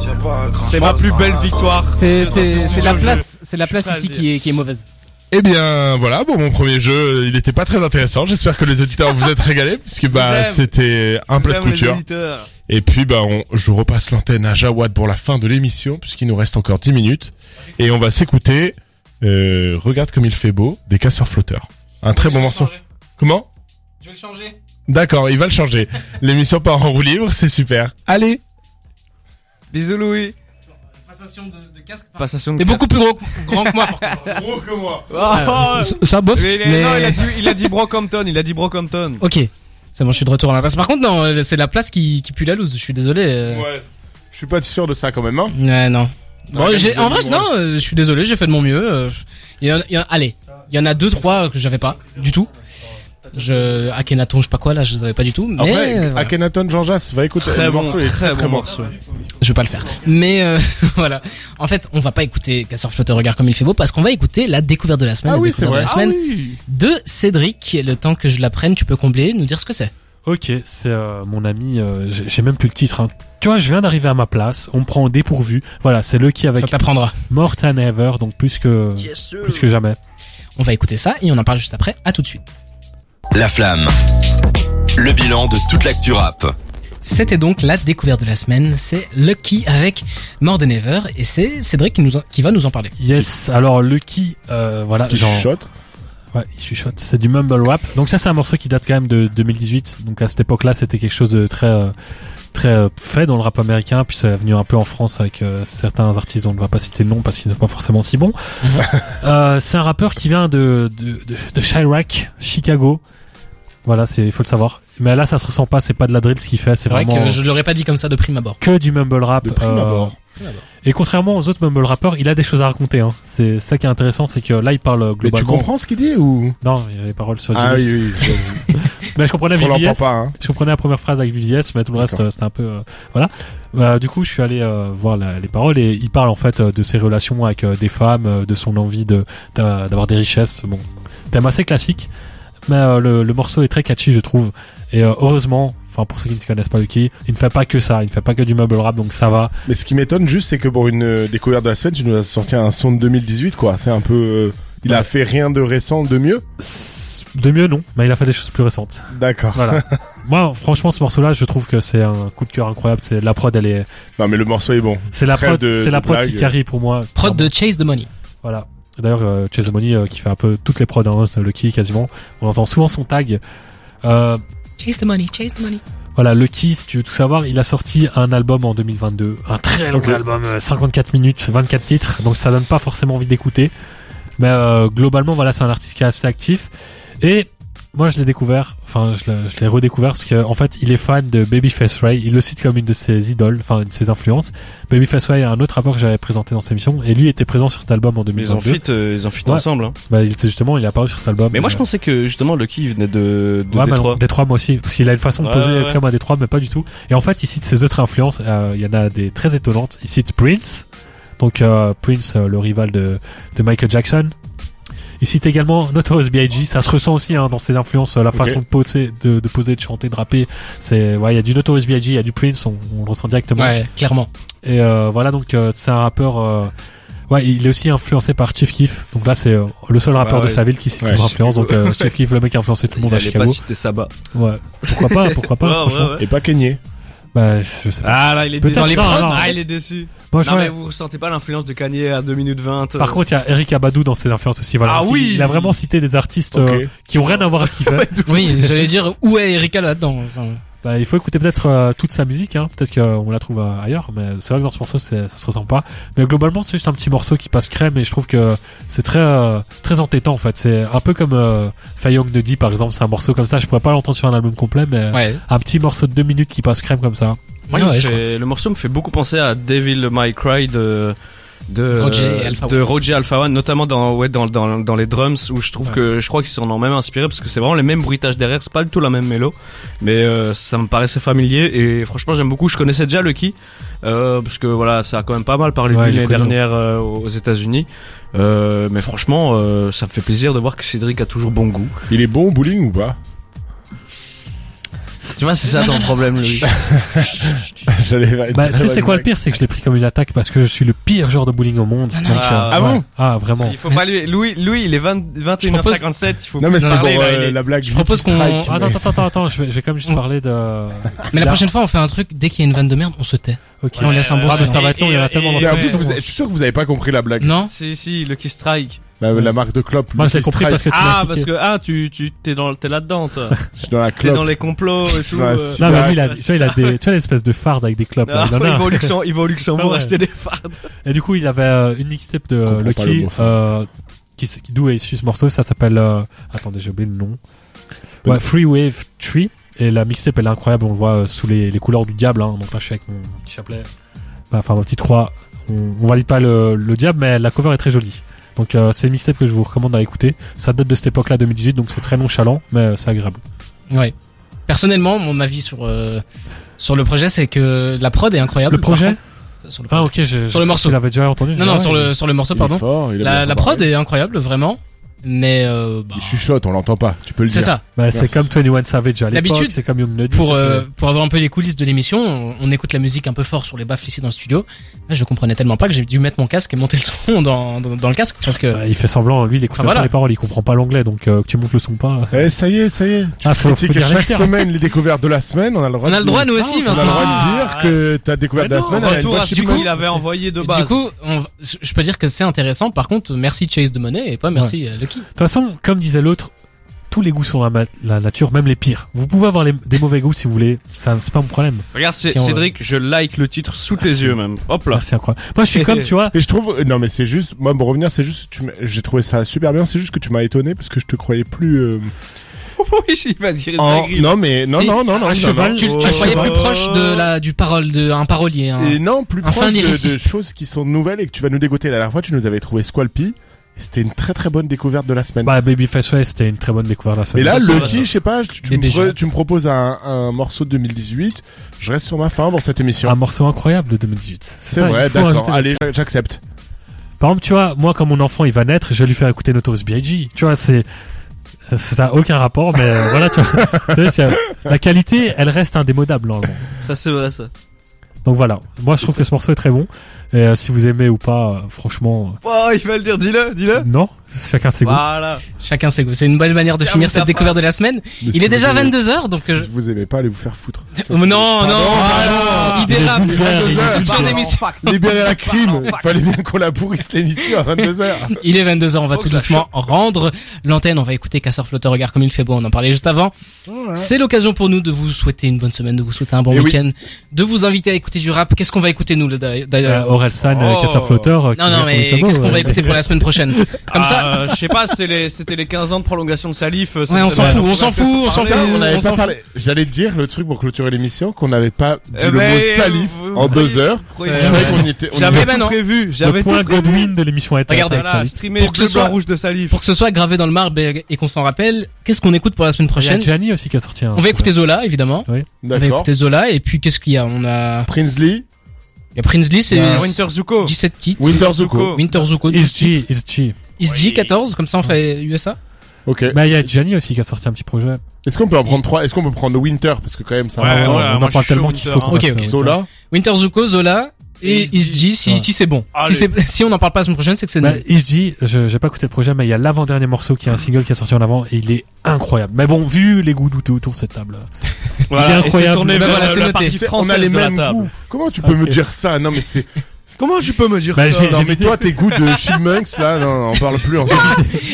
[SPEAKER 4] C'est ma plus belle victoire.
[SPEAKER 1] C'est c'est- c'est la place, c'est la
[SPEAKER 4] Je suis
[SPEAKER 1] place
[SPEAKER 4] pas
[SPEAKER 1] ici
[SPEAKER 4] à
[SPEAKER 1] qui est, qui est mauvaise.
[SPEAKER 2] Eh bien voilà, bon mon premier jeu, il était pas très intéressant. J'espère que les auditeurs vous êtes régalés puisque bah
[SPEAKER 4] aime.
[SPEAKER 2] c'était un plat de
[SPEAKER 4] J'aime les
[SPEAKER 2] couture.
[SPEAKER 4] auditeurs.
[SPEAKER 2] Et puis bah on, je repasse l'antenne à Jawad pour la fin de l'émission puisqu'il nous reste encore 10 minutes et on va s'écouter euh, regarde comme il fait beau des casseurs flotteurs. Un très bon morceau. Comment
[SPEAKER 1] Je vais le changer.
[SPEAKER 2] D'accord, il va le changer. l'émission part en roue libre, c'est super. Allez.
[SPEAKER 4] Bisous Louis.
[SPEAKER 1] Passation de, casque.
[SPEAKER 4] Passation de
[SPEAKER 1] T'es
[SPEAKER 4] classe.
[SPEAKER 1] beaucoup plus gros, grand que moi. par contre.
[SPEAKER 2] Gros que moi.
[SPEAKER 4] Ah,
[SPEAKER 1] Euh, ça bof.
[SPEAKER 4] mais il, est- Non, il a dit, il a dit Brockhampton, il a dit Brockhampton.
[SPEAKER 1] Ok, c'est bon, je suis de retour à la place. Par contre, non, euh, c'est la place qui, qui pue la loose. Je suis désolé. euh. Ouais.
[SPEAKER 2] Ouais. Je suis pas sûr de ça quand même hein.
[SPEAKER 1] non. Bon,
[SPEAKER 2] Ouais,
[SPEAKER 1] j'ai-
[SPEAKER 2] comme
[SPEAKER 1] en
[SPEAKER 2] je
[SPEAKER 1] vrai,
[SPEAKER 2] dis,
[SPEAKER 1] non, euh, je suis désolé. J'ai fait de mon mieux. euh, je- Il y en, il y en- allez, il y en a deux, trois que j'avais pas du tout. Je Akhenaton, je sais pas quoi là, je les avais pas du tout. Mais
[SPEAKER 2] En vrai,
[SPEAKER 1] euh, voilà,
[SPEAKER 2] Akhenaton Jean Jas va écouter
[SPEAKER 4] Très
[SPEAKER 2] le
[SPEAKER 4] bon,
[SPEAKER 2] morceau, il est
[SPEAKER 4] très bon
[SPEAKER 2] bon.
[SPEAKER 4] morceau.
[SPEAKER 1] je vais pas le faire. Mais euh, voilà. En fait, on va pas écouter Casseur Flotteur Regard comme il fait beau parce qu'on va écouter la découverte de la semaine.
[SPEAKER 2] Ah
[SPEAKER 1] la
[SPEAKER 2] oui,
[SPEAKER 1] découverte
[SPEAKER 2] c'est vrai.
[SPEAKER 1] De la semaine de Cédric. Le temps que je la prenne, tu peux combler, nous dire ce que c'est.
[SPEAKER 3] Ok, c'est euh, mon ami, euh, j'ai j'ai même plus le titre. hein. Tu vois, je viens d'arriver à ma place, on me prend au dépourvu. Voilà, c'est Lucky
[SPEAKER 1] Ça
[SPEAKER 3] avec
[SPEAKER 1] t'apprendra.
[SPEAKER 3] More Than Ever, donc plus que, plus que jamais.
[SPEAKER 1] On va écouter ça et on en parle juste après. À tout de suite.
[SPEAKER 5] La flamme. Le bilan de toute l'actu rap.
[SPEAKER 1] C'était donc la découverte de la semaine, c'est Lucky avec More Than Ever, et c'est Cédric qui, nous en- qui va nous en parler.
[SPEAKER 3] Yes, alors Lucky, euh, voilà,
[SPEAKER 2] Petit
[SPEAKER 3] genre-
[SPEAKER 2] shot.
[SPEAKER 3] Ouais, il chuchote. C'est du mumble rap. Donc ça, c'est un morceau qui date quand même de 2018. Donc à cette époque-là, c'était quelque chose de très euh, très euh, fait dans le rap américain. Puis c'est venu un peu en France avec euh, certains artistes dont on ne va pas citer le nom parce qu'ils sont pas forcément si bons.
[SPEAKER 1] Mhm.
[SPEAKER 3] Euh, c'est un rappeur qui vient de de, de, de Chirac, Chicago. Voilà, c'est il faut le savoir. Mais là, ça se ressent pas, c'est pas de la drill ce qu'il fait, c'est
[SPEAKER 1] C'est vrai
[SPEAKER 3] vraiment
[SPEAKER 1] que je l'aurais pas dit comme ça de prime abord.
[SPEAKER 3] que du mumble rap.
[SPEAKER 2] De prime
[SPEAKER 3] euh,
[SPEAKER 2] abord.
[SPEAKER 3] Et contrairement aux autres mumble rappeurs, il a des choses à raconter. Hein. C'est ça qui est intéressant, c'est que là, il parle euh,
[SPEAKER 2] Mais tu
[SPEAKER 3] globalement.
[SPEAKER 2] comprends ce qu'il dit ou
[SPEAKER 3] non, il y a les paroles sur
[SPEAKER 2] Ah
[SPEAKER 3] Julius.
[SPEAKER 2] oui, oui. je-
[SPEAKER 3] Mais je comprenais
[SPEAKER 2] On l'entend
[SPEAKER 3] VVS.
[SPEAKER 2] pas, hein.
[SPEAKER 3] Je comprenais la première phrase avec VVS, mais tout le reste,
[SPEAKER 2] D'accord.
[SPEAKER 3] euh, c'était un peu. euh, voilà. Bah, du coup, je suis allé euh, voir la- les paroles et il parle en fait euh, de ses relations avec euh, des femmes, euh, de son envie de d'a- d'avoir des richesses. Bon, thème assez classique, mais euh, le, le morceau est très catchy, je trouve. Et euh, heureusement, enfin pour ceux qui ne connaissent pas le qui, il ne fait pas que ça, il ne fait pas que du meuble rap, donc ça va.
[SPEAKER 2] Mais ce qui m'étonne juste, c'est que pour une euh, découverte de la semaine, tu nous as sorti un son de 2018, quoi. C'est un peu. euh, il a fait rien de récent, de mieux.
[SPEAKER 3] De mieux, non, mais il a fait des choses plus récentes.
[SPEAKER 2] D'accord.
[SPEAKER 3] Voilà. Moi, franchement, ce morceau-là, je trouve que c'est un coup de cœur incroyable. C'est la prod, elle est,
[SPEAKER 2] Non, mais le morceau est bon.
[SPEAKER 3] c'est la
[SPEAKER 2] Trêve
[SPEAKER 3] prod,
[SPEAKER 2] de-
[SPEAKER 3] c'est la
[SPEAKER 2] de
[SPEAKER 3] prod
[SPEAKER 2] blague.
[SPEAKER 3] qui carry pour moi.
[SPEAKER 1] Prod de Chase the Money.
[SPEAKER 3] Voilà. D'ailleurs, euh, Chase Money euh, qui fait un peu toutes les prods, hein, Lucky quasiment. On entend souvent son tag. Euh,
[SPEAKER 1] Chase the Money, Chase the Money.
[SPEAKER 3] voilà, Lucky, si tu veux tout savoir, il a sorti un album en 2022, un très long album, euh, 54 minutes, 24 titres, donc ça donne pas forcément envie d'écouter. Mais euh, globalement, voilà, c'est un artiste qui est assez actif. Et moi, je l'ai découvert, enfin, je l'ai- je l'ai redécouvert parce qu'en en fait, il est fan de Babyface Ray. Il le cite comme une de ses idoles, enfin, une de ses influences. Babyface Ray, est un autre rapport que j'avais présenté dans cette émission, et lui était présent sur cet album en
[SPEAKER 4] Mais ils en
[SPEAKER 3] 2022.
[SPEAKER 4] fit, euh, ils en fit
[SPEAKER 3] Ouais.
[SPEAKER 4] ensemble. hein.
[SPEAKER 3] Bah, il- justement, il est apparu sur cet album.
[SPEAKER 4] Mais moi je
[SPEAKER 3] Euh,
[SPEAKER 4] pensais que justement Lucky venait de, de
[SPEAKER 3] ouais, bah, mais
[SPEAKER 4] Détroit.
[SPEAKER 3] non, Détroit, moi aussi, parce qu'il a une façon de
[SPEAKER 4] Ouais,
[SPEAKER 3] poser
[SPEAKER 4] ouais, ouais.
[SPEAKER 3] comme à Détroit, mais pas du tout. Et en fait, il cite ses autres influences. euh, Il y en a des très étonnantes. Il cite Prince, donc euh, Prince, euh, le rival de, de Michael Jackson. Il cite également Notorious B.I.G. Ça se ressent aussi hein, dans ses influences, euh, la façon de poser, de, de poser, de chanter, de rapper. C'est, ouais, il y a du Notorious B.I.G., il y a du Prince, on, on le ressent directement.
[SPEAKER 1] Ouais, clairement.
[SPEAKER 3] Et euh, voilà, donc euh, c'est un rappeur. euh, ouais, il est aussi influencé par Chief Keef. Donc là, c'est euh, le seul rappeur
[SPEAKER 4] Bah ouais.
[SPEAKER 3] de sa ville qui cite
[SPEAKER 2] Ouais,
[SPEAKER 3] comme
[SPEAKER 2] Chief
[SPEAKER 3] influence. Donc euh, Chief Keef, le mec qui a influencé tout le monde
[SPEAKER 4] Il
[SPEAKER 3] à
[SPEAKER 4] allait pas
[SPEAKER 3] Chicago.
[SPEAKER 4] citer Saba.
[SPEAKER 3] Ouais. Pourquoi pas Pourquoi pas
[SPEAKER 4] Ouais,
[SPEAKER 3] Franchement.
[SPEAKER 4] ouais, ouais.
[SPEAKER 2] Et pas Kenyé.
[SPEAKER 3] Bah, je sais pas.
[SPEAKER 6] Ah là, il est
[SPEAKER 3] Peut-être
[SPEAKER 6] déçu.
[SPEAKER 3] pas, alors.
[SPEAKER 6] Ah, il est déçu.
[SPEAKER 3] Moi, je
[SPEAKER 6] non,
[SPEAKER 3] vois-
[SPEAKER 6] mais vous ressentez pas l'influence de Kanye à 2 minutes 20.
[SPEAKER 4] euh.
[SPEAKER 3] Par contre, il y a Eric Abadou dans ses influences aussi. Voilà.
[SPEAKER 6] Ah
[SPEAKER 3] Donc, il-
[SPEAKER 6] oui
[SPEAKER 3] Il a vraiment cité des artistes
[SPEAKER 2] Ok.
[SPEAKER 3] euh, qui ont rien à voir à ce qu'il fait.
[SPEAKER 1] Oui, j'allais dire où est Erika là-dedans. Enfin,
[SPEAKER 3] Bah, il faut écouter peut-être euh, toute sa musique. Hein. Peut-être qu'on la trouve euh, ailleurs, mais c'est vrai que dans ce morceau, c'est- ça se ressent pas. Mais globalement, c'est juste un petit morceau qui passe crème. Et je trouve que c'est très euh, très entêtant en fait. C'est un peu comme euh, Fayong de Di par exemple. C'est un morceau comme ça. Je pourrais pas l'entendre sur un album complet, mais
[SPEAKER 1] ouais.
[SPEAKER 3] un petit morceau de deux minutes qui passe crème comme ça.
[SPEAKER 4] Moi, il
[SPEAKER 1] Ouais,
[SPEAKER 4] me
[SPEAKER 1] ouais,
[SPEAKER 4] fait- le morceau me fait beaucoup penser à Devil My Cry de de
[SPEAKER 1] Roger et Alpha
[SPEAKER 4] de
[SPEAKER 1] One.
[SPEAKER 4] Roger Alpha One, notamment dans ouais dans dans, dans les drums où je trouve
[SPEAKER 3] Ouais.
[SPEAKER 4] que je crois qu'ils s'en ont même inspiré parce que c'est vraiment les mêmes bruitages derrière, c'est pas du tout la même mélo, mais euh, ça me paraissait familier et franchement j'aime beaucoup. Je connaissais déjà Lucky euh, parce que voilà ça a quand même pas mal parlé de
[SPEAKER 3] Ouais,
[SPEAKER 4] lui
[SPEAKER 3] il est
[SPEAKER 4] l'année
[SPEAKER 3] connu.
[SPEAKER 4] dernière euh, aux États-Unis, Euh, mais franchement euh, ça me fait plaisir de voir que Cédric a toujours bon goût.
[SPEAKER 2] Il est bon au bowling ou pas
[SPEAKER 4] Tu vois c'est ça ton problème Louis.
[SPEAKER 2] J'allais vers une
[SPEAKER 3] Bah,
[SPEAKER 2] très
[SPEAKER 3] tu sais,
[SPEAKER 2] bonne
[SPEAKER 3] c'est quoi le
[SPEAKER 2] blague.
[SPEAKER 3] pire C'est que je l'ai pris comme une attaque parce que je suis le pire joueur de bowling au monde.
[SPEAKER 1] Ah non.
[SPEAKER 3] Donc, euh,
[SPEAKER 4] Ah,
[SPEAKER 2] ah bon
[SPEAKER 3] ouais. Ah, vraiment.
[SPEAKER 6] Il faut pas lui. Louis, Louis il est 20 21h57. Il faut
[SPEAKER 2] Non, mais
[SPEAKER 6] plus
[SPEAKER 2] c'était
[SPEAKER 6] parler,
[SPEAKER 2] pour
[SPEAKER 6] là,
[SPEAKER 2] euh,
[SPEAKER 6] il est-
[SPEAKER 2] la blague.
[SPEAKER 1] Je propose qu'on.
[SPEAKER 2] Strike,
[SPEAKER 3] Ah,
[SPEAKER 2] mais
[SPEAKER 3] attends,
[SPEAKER 2] c'est-
[SPEAKER 3] attends, attends, attends, je vais, je vais quand même juste
[SPEAKER 1] Mm.
[SPEAKER 3] parler de.
[SPEAKER 1] Mais la
[SPEAKER 3] Là.
[SPEAKER 1] prochaine fois, on fait un truc. Dès qu'il y a une vanne de merde, on se tait.
[SPEAKER 3] Ok.
[SPEAKER 1] Et on laisse un bon
[SPEAKER 3] Ah, mais
[SPEAKER 1] silence.
[SPEAKER 3] ça va être long, il y en a
[SPEAKER 6] Et-
[SPEAKER 3] tellement
[SPEAKER 2] Et en euh,
[SPEAKER 3] dans
[SPEAKER 2] plus,
[SPEAKER 3] ce
[SPEAKER 2] vous- je suis sûr que vous avez pas compris la blague.
[SPEAKER 1] Non.
[SPEAKER 6] Si, si, Lucky Strike.
[SPEAKER 2] La, la marque de clope.
[SPEAKER 3] Moi,
[SPEAKER 2] le
[SPEAKER 3] je l'ai compris
[SPEAKER 2] Strike.
[SPEAKER 3] parce que tu
[SPEAKER 6] Ah,
[SPEAKER 3] l'as
[SPEAKER 6] parce
[SPEAKER 3] expliqué.
[SPEAKER 6] que ah, tu, tu t'es dans, t'es là-dedans, toi.
[SPEAKER 2] Je suis dans la
[SPEAKER 6] t'es dans
[SPEAKER 2] clope.
[SPEAKER 6] les complots et tout.
[SPEAKER 2] Ouais,
[SPEAKER 6] euh.
[SPEAKER 2] si.
[SPEAKER 3] Non, mais lui, il a,
[SPEAKER 6] Ouais,
[SPEAKER 3] tu vois, il a
[SPEAKER 6] c'est
[SPEAKER 3] des, tu vois, l'espèce de farde avec des clopes. là,
[SPEAKER 6] Ah,
[SPEAKER 3] il en a
[SPEAKER 6] il,
[SPEAKER 3] un.
[SPEAKER 6] va au Luxem- il va au Luxembourg
[SPEAKER 3] Ouais.
[SPEAKER 6] acheter des fardes.
[SPEAKER 3] Et du coup, il avait euh, une mixtape de euh,
[SPEAKER 2] comprends pas le
[SPEAKER 3] Lucky,
[SPEAKER 2] mot, enfin.
[SPEAKER 3] euh, qui, s- d'où est issu ce morceau. Ça s'appelle, euh, attendez, j'ai oublié le nom. Ouais, Free Wave Tree. Et la mixtape, elle est incroyable. On le voit euh, sous les, les couleurs du diable. hein. Donc là, je suis avec mon petit chapelet. Bah, Enfin, mon petit 3. On, on valide pas le, le diable, mais la cover est très jolie. Donc, euh, c'est une mixtape que je vous recommande à écouter. Ça date de cette époque-là, 2018. Donc, c'est très nonchalant, mais euh, c'est agréable.
[SPEAKER 1] Ouais. Personnellement, mon avis sur euh, sur le projet, c'est que la prod est incroyable.
[SPEAKER 3] Le projet
[SPEAKER 1] Par contre, Sur le
[SPEAKER 3] Ah,
[SPEAKER 1] projet.
[SPEAKER 3] ok. Je,
[SPEAKER 1] Sur le morceau.
[SPEAKER 3] Tu l'avais déjà entendu.
[SPEAKER 1] Non,
[SPEAKER 3] Ah
[SPEAKER 1] non,
[SPEAKER 3] ouais.
[SPEAKER 1] sur le sur le morceau,
[SPEAKER 2] Il est
[SPEAKER 1] pardon.
[SPEAKER 2] fort, il a
[SPEAKER 1] La,
[SPEAKER 2] bien
[SPEAKER 1] la
[SPEAKER 2] préparé.
[SPEAKER 1] prod est incroyable, vraiment. Mais euh, bah,
[SPEAKER 2] Il chuchote, on l'entend pas. Tu peux le
[SPEAKER 1] c'est
[SPEAKER 2] dire.
[SPEAKER 1] ça.
[SPEAKER 3] Bah, c'est
[SPEAKER 2] Merci.
[SPEAKER 3] comme 21 Savage à l'époque.
[SPEAKER 1] D'habitude,
[SPEAKER 3] C'est comme Young Nudge.
[SPEAKER 1] Pour euh, pour avoir un peu les coulisses de l'émission, on, on écoute la musique un peu fort sur les baffes ici dans le studio. Là, je comprenais tellement pas que j'ai dû mettre mon casque et monter le son dans dans, dans le casque parce que
[SPEAKER 3] Bah, il fait semblant, lui il écoute
[SPEAKER 1] Ah,
[SPEAKER 3] même
[SPEAKER 1] voilà.
[SPEAKER 3] pas les paroles, il comprend pas l'anglais, donc euh, que tu montes le son pas.
[SPEAKER 2] Eh, ça y est, ça y est. Tu
[SPEAKER 3] Ah, faut- faut
[SPEAKER 2] critiques
[SPEAKER 3] dire
[SPEAKER 2] chaque
[SPEAKER 3] les termes.
[SPEAKER 2] semaine les découvertes de la semaine. On a le droit
[SPEAKER 1] on a le
[SPEAKER 2] de-
[SPEAKER 1] droit nous aussi
[SPEAKER 2] On a le
[SPEAKER 1] maintenant.
[SPEAKER 2] droit de
[SPEAKER 6] Ah,
[SPEAKER 2] dire que ta découverte de la semaine, elle a une
[SPEAKER 6] Retour
[SPEAKER 2] voix
[SPEAKER 6] à ce
[SPEAKER 2] chipmunk.
[SPEAKER 6] qu'il avait envoyé de
[SPEAKER 1] Et
[SPEAKER 6] base.
[SPEAKER 1] Du coup, on- je peux dire que c'est intéressant. Par contre, merci Chase de Monet et pas merci euh, Lucky.
[SPEAKER 3] De toute façon, comme disait l'autre, tous les goûts sont la, ma- la nature, même les pires. Vous pouvez avoir les- des mauvais goûts si vous voulez, ça c'est pas mon problème.
[SPEAKER 4] Regarde C-
[SPEAKER 1] Si on-
[SPEAKER 4] Cédric, je like le titre sous tes yeux même. Hop là.
[SPEAKER 3] Là, c'est incroyable. Moi je suis comme, tu vois,
[SPEAKER 2] Et je trouve, euh, non mais c'est juste, moi pour revenir, c'est juste, que tu m'as- j'ai trouvé ça super bien. C'est juste que tu m'as étonné parce que je te croyais plus. euh,
[SPEAKER 6] oui, il va dire une
[SPEAKER 2] En-
[SPEAKER 6] dinguerie.
[SPEAKER 2] Non, mais non,
[SPEAKER 1] Si.
[SPEAKER 2] non, non, non, non,
[SPEAKER 1] cheval,
[SPEAKER 2] non.
[SPEAKER 1] tu, tu
[SPEAKER 6] Oh.
[SPEAKER 1] croyais plus proche de la du parole de un parolier. hein.
[SPEAKER 2] Et non, plus
[SPEAKER 1] Un fin
[SPEAKER 2] proche de, de
[SPEAKER 1] lyriciste.
[SPEAKER 2] choses qui sont nouvelles et que tu vas nous dégoter. La dernière fois, tu nous avais trouvé Squalpy. et C'était une très très bonne découverte de la semaine.
[SPEAKER 3] Bah, Babyface Fest, c'était une très bonne découverte la
[SPEAKER 2] mais
[SPEAKER 3] semaine.
[SPEAKER 2] là,
[SPEAKER 4] ça,
[SPEAKER 2] Lucky, je sais pas, tu, tu me,
[SPEAKER 1] BBG.
[SPEAKER 2] pre- tu me proposes un, un morceau de 2018. Je reste sur ma fin pour cette émission.
[SPEAKER 3] un morceau incroyable de 2018.
[SPEAKER 2] C'est
[SPEAKER 3] Ah, ça,
[SPEAKER 2] vrai,
[SPEAKER 3] il faut
[SPEAKER 2] d'accord.
[SPEAKER 3] rajouter-
[SPEAKER 2] Allez, j'a- j'accepte.
[SPEAKER 3] Par exemple, tu vois, moi, quand mon enfant il va naître, je vais lui faire écouter Notorious B.I.G. Tu vois, c'est ça n'a aucun rapport, mais euh, voilà, tu vois. Tu vois, c'est- euh, la qualité, elle reste indémodable. normalement.
[SPEAKER 4] Ça, c'est vrai, ça.
[SPEAKER 3] Donc voilà, moi je trouve que ce morceau est très bon. Et euh, si vous aimez ou pas, euh, franchement,
[SPEAKER 6] Oh, il va le dire, dis-le,
[SPEAKER 3] euh,
[SPEAKER 6] dis-le.
[SPEAKER 3] non, chacun ses goûts.
[SPEAKER 1] Bah,
[SPEAKER 4] Ah
[SPEAKER 6] Voilà.
[SPEAKER 1] Chacun ses goûts. C'est une bonne manière de
[SPEAKER 6] Ferme
[SPEAKER 1] finir
[SPEAKER 6] ta
[SPEAKER 1] cette
[SPEAKER 6] phrase.
[SPEAKER 1] découverte de la semaine. Il est déjà 22h donc
[SPEAKER 2] Si
[SPEAKER 1] euh,
[SPEAKER 2] vous aimez pas, allez vous faire foutre.
[SPEAKER 1] Oh, non non,
[SPEAKER 2] pardon.
[SPEAKER 1] il
[SPEAKER 3] Il est
[SPEAKER 1] dérape.
[SPEAKER 3] vulgaire, il est
[SPEAKER 1] C'est une
[SPEAKER 3] vulgaire.
[SPEAKER 1] fin d'émission.
[SPEAKER 6] Ah,
[SPEAKER 2] Libérer la crime. Il fallait bien qu'on la pourrisse l'émission à 22h.
[SPEAKER 1] Il est 22h, on va
[SPEAKER 6] Faut
[SPEAKER 1] tout
[SPEAKER 6] que je Oh, la
[SPEAKER 1] doucement rendre l'antenne, on va écouter Casseur Flotteur Regarde comme il fait beau, on en parlait juste avant.
[SPEAKER 6] Oh,
[SPEAKER 1] C'est l'occasion pour nous de vous souhaiter une bonne semaine, de vous souhaiter un bon
[SPEAKER 6] Eh
[SPEAKER 2] Et oui.
[SPEAKER 1] week-end, de vous inviter à écouter du rap. Qu'est-ce qu'on va écouter nous le- d'ailleurs
[SPEAKER 3] Euh, Aurel San, euh,
[SPEAKER 6] Oh.
[SPEAKER 3] Casseur Flotteur. euh, qui
[SPEAKER 1] Non,
[SPEAKER 3] vient
[SPEAKER 1] non,
[SPEAKER 3] de
[SPEAKER 1] mais
[SPEAKER 3] Chicago,
[SPEAKER 1] qu'est-ce qu'on
[SPEAKER 3] euh,
[SPEAKER 1] va écouter pour la semaine prochaine Comme ça
[SPEAKER 6] Ah, euh, je sais pas, c'est les- c'était les 15 ans de prolongation de Salif. euh, cette
[SPEAKER 1] Ouais, on s'en
[SPEAKER 6] semaine,
[SPEAKER 1] fout,
[SPEAKER 6] donc
[SPEAKER 1] on
[SPEAKER 6] va
[SPEAKER 1] s'en
[SPEAKER 6] peut-être
[SPEAKER 1] fout, on
[SPEAKER 6] parler.
[SPEAKER 1] s'en fout,
[SPEAKER 2] on
[SPEAKER 1] on
[SPEAKER 2] n'avait
[SPEAKER 1] s'en
[SPEAKER 2] pas
[SPEAKER 1] fout.
[SPEAKER 2] parlé. J'allais te dire le truc pour clôturer l'émission qu'on n'avait pas dit
[SPEAKER 6] Eh
[SPEAKER 2] le
[SPEAKER 6] ben,
[SPEAKER 2] mot salif
[SPEAKER 6] vous-
[SPEAKER 2] en
[SPEAKER 6] vous-
[SPEAKER 2] deux heures.
[SPEAKER 6] Oui,
[SPEAKER 1] Euh,
[SPEAKER 2] Je
[SPEAKER 1] ouais.
[SPEAKER 2] croyais qu'on y était. on y
[SPEAKER 6] J'avais
[SPEAKER 1] Eh ben
[SPEAKER 6] tout
[SPEAKER 1] non.
[SPEAKER 6] prévu,
[SPEAKER 3] Le
[SPEAKER 6] j'avais tout
[SPEAKER 3] point
[SPEAKER 6] prévu.
[SPEAKER 3] Godwin de l'émission est
[SPEAKER 1] Regardez.
[SPEAKER 3] avec
[SPEAKER 6] Voilà,
[SPEAKER 3] Salif.
[SPEAKER 6] streamer
[SPEAKER 1] Pour que ce
[SPEAKER 6] bleu, blanc,
[SPEAKER 1] soit-
[SPEAKER 6] rouge de Salif.
[SPEAKER 1] Pour que ce soit gravé dans le marbre et et qu'on s'en rappelle, qu'est-ce qu'on écoute pour la semaine
[SPEAKER 3] Il y a
[SPEAKER 1] prochaine
[SPEAKER 3] Gianni aussi qui a sorti un.
[SPEAKER 1] On va écouter Zola, évidemment.
[SPEAKER 2] était.
[SPEAKER 1] On va
[SPEAKER 2] D'accord.
[SPEAKER 1] écouter Zola, et puis qu'est-ce qu'il y a On a...
[SPEAKER 2] Prinsley,
[SPEAKER 1] Il y a Prince Lee, c'est
[SPEAKER 6] Winter Zuko.
[SPEAKER 1] 17 titres.
[SPEAKER 2] Winter Zuko.
[SPEAKER 1] Winter Zuko, 12 titres.
[SPEAKER 3] Isji, Isji.
[SPEAKER 1] Is G 14, comme ça on fait USA
[SPEAKER 2] Ok.
[SPEAKER 3] Bah, il y a Gianni aussi qui a sorti un petit projet.
[SPEAKER 2] Est-ce qu'on peut en prendre trois Est-ce qu'on peut prendre Winter parce que quand même c'est
[SPEAKER 6] Ouais,
[SPEAKER 2] important.
[SPEAKER 6] ouais,
[SPEAKER 3] on
[SPEAKER 6] moi,
[SPEAKER 3] en
[SPEAKER 6] je
[SPEAKER 3] parle
[SPEAKER 6] suis
[SPEAKER 3] tellement
[SPEAKER 6] chaud, hein.
[SPEAKER 3] qu'il faut
[SPEAKER 6] Winter,
[SPEAKER 3] qu'on
[SPEAKER 1] Ok,
[SPEAKER 3] fasse,
[SPEAKER 1] ok.
[SPEAKER 3] euh,
[SPEAKER 2] Zola.
[SPEAKER 1] Winter Zuko, Zola et
[SPEAKER 6] Is
[SPEAKER 1] Isji, si,
[SPEAKER 3] Ouais.
[SPEAKER 1] si c'est bon. Si,
[SPEAKER 6] Allez.
[SPEAKER 1] c'est- si on n'en parle pas la semaine prochaine, c'est que c'est
[SPEAKER 3] Bah,
[SPEAKER 1] nul.
[SPEAKER 3] Isji, je j'ai pas écouté le projet, mais il y a l'avant-dernier morceau qui est un single qui est sorti en avant et il est incroyable. Mais bon, vu les goûts douteux autour de cette table.
[SPEAKER 6] Voilà,
[SPEAKER 3] Il est
[SPEAKER 6] et c'est
[SPEAKER 3] incroyable.
[SPEAKER 6] tourné
[SPEAKER 1] Bah
[SPEAKER 6] vers
[SPEAKER 1] voilà, c'est
[SPEAKER 6] la
[SPEAKER 1] noté.
[SPEAKER 6] partie
[SPEAKER 2] C'est- On
[SPEAKER 6] française
[SPEAKER 2] a les
[SPEAKER 6] de la
[SPEAKER 2] mêmes
[SPEAKER 6] table.
[SPEAKER 2] goûts. Comment tu peux
[SPEAKER 3] Ok.
[SPEAKER 2] me dire ça Non mais c'est. Comment tu peux me dire
[SPEAKER 3] Bah,
[SPEAKER 2] ça
[SPEAKER 3] j'ai-
[SPEAKER 2] Non
[SPEAKER 3] j'ai
[SPEAKER 2] mais
[SPEAKER 3] dit-
[SPEAKER 2] toi tes goûts de Chipmunks là, non, on parle plus ensemble.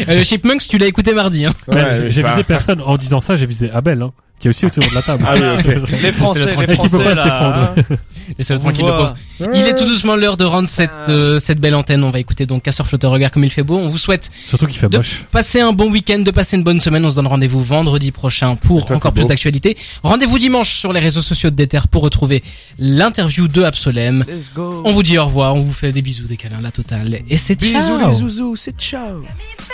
[SPEAKER 1] Euh, Chipmunks, tu l'as écouté mardi. Hein.
[SPEAKER 2] Ouais,
[SPEAKER 3] Mais j'ai- j'ai
[SPEAKER 2] enfin,
[SPEAKER 3] visé personne. En disant ça, j'ai visé Abel, hein, qui est aussi autour de la table.
[SPEAKER 2] Ah oui, ok.
[SPEAKER 6] Les
[SPEAKER 1] C'est le
[SPEAKER 6] Français,
[SPEAKER 1] truc.
[SPEAKER 6] les
[SPEAKER 3] Et qui peut
[SPEAKER 6] Français,
[SPEAKER 3] pas se
[SPEAKER 6] là. hein.
[SPEAKER 1] Laissez-le
[SPEAKER 6] On
[SPEAKER 1] tranquille, le
[SPEAKER 6] voit.
[SPEAKER 1] pauvre. Il est tout doucement l'heure de rendre cette, euh, cette belle antenne. On va écouter donc Casseur Flotteur Regard comme il fait beau. On vous souhaite
[SPEAKER 3] Surtout qu'il fait
[SPEAKER 1] De-
[SPEAKER 3] moche.
[SPEAKER 1] passer un bon week-end, de passer une bonne semaine. On se donne rendez-vous vendredi prochain pour
[SPEAKER 2] Toi, t'es
[SPEAKER 1] encore plus
[SPEAKER 2] beau.
[SPEAKER 1] d'actualités. Rendez-vous dimanche sur les réseaux sociaux de Déter pour retrouver l'interview de Absolem.
[SPEAKER 6] Let's go.
[SPEAKER 1] On vous dit au revoir, on vous fait des bisous, des câlins, la totale. Et c'est ciao
[SPEAKER 6] Bisous les zouzous, c'est ciao.
[SPEAKER 9] Got me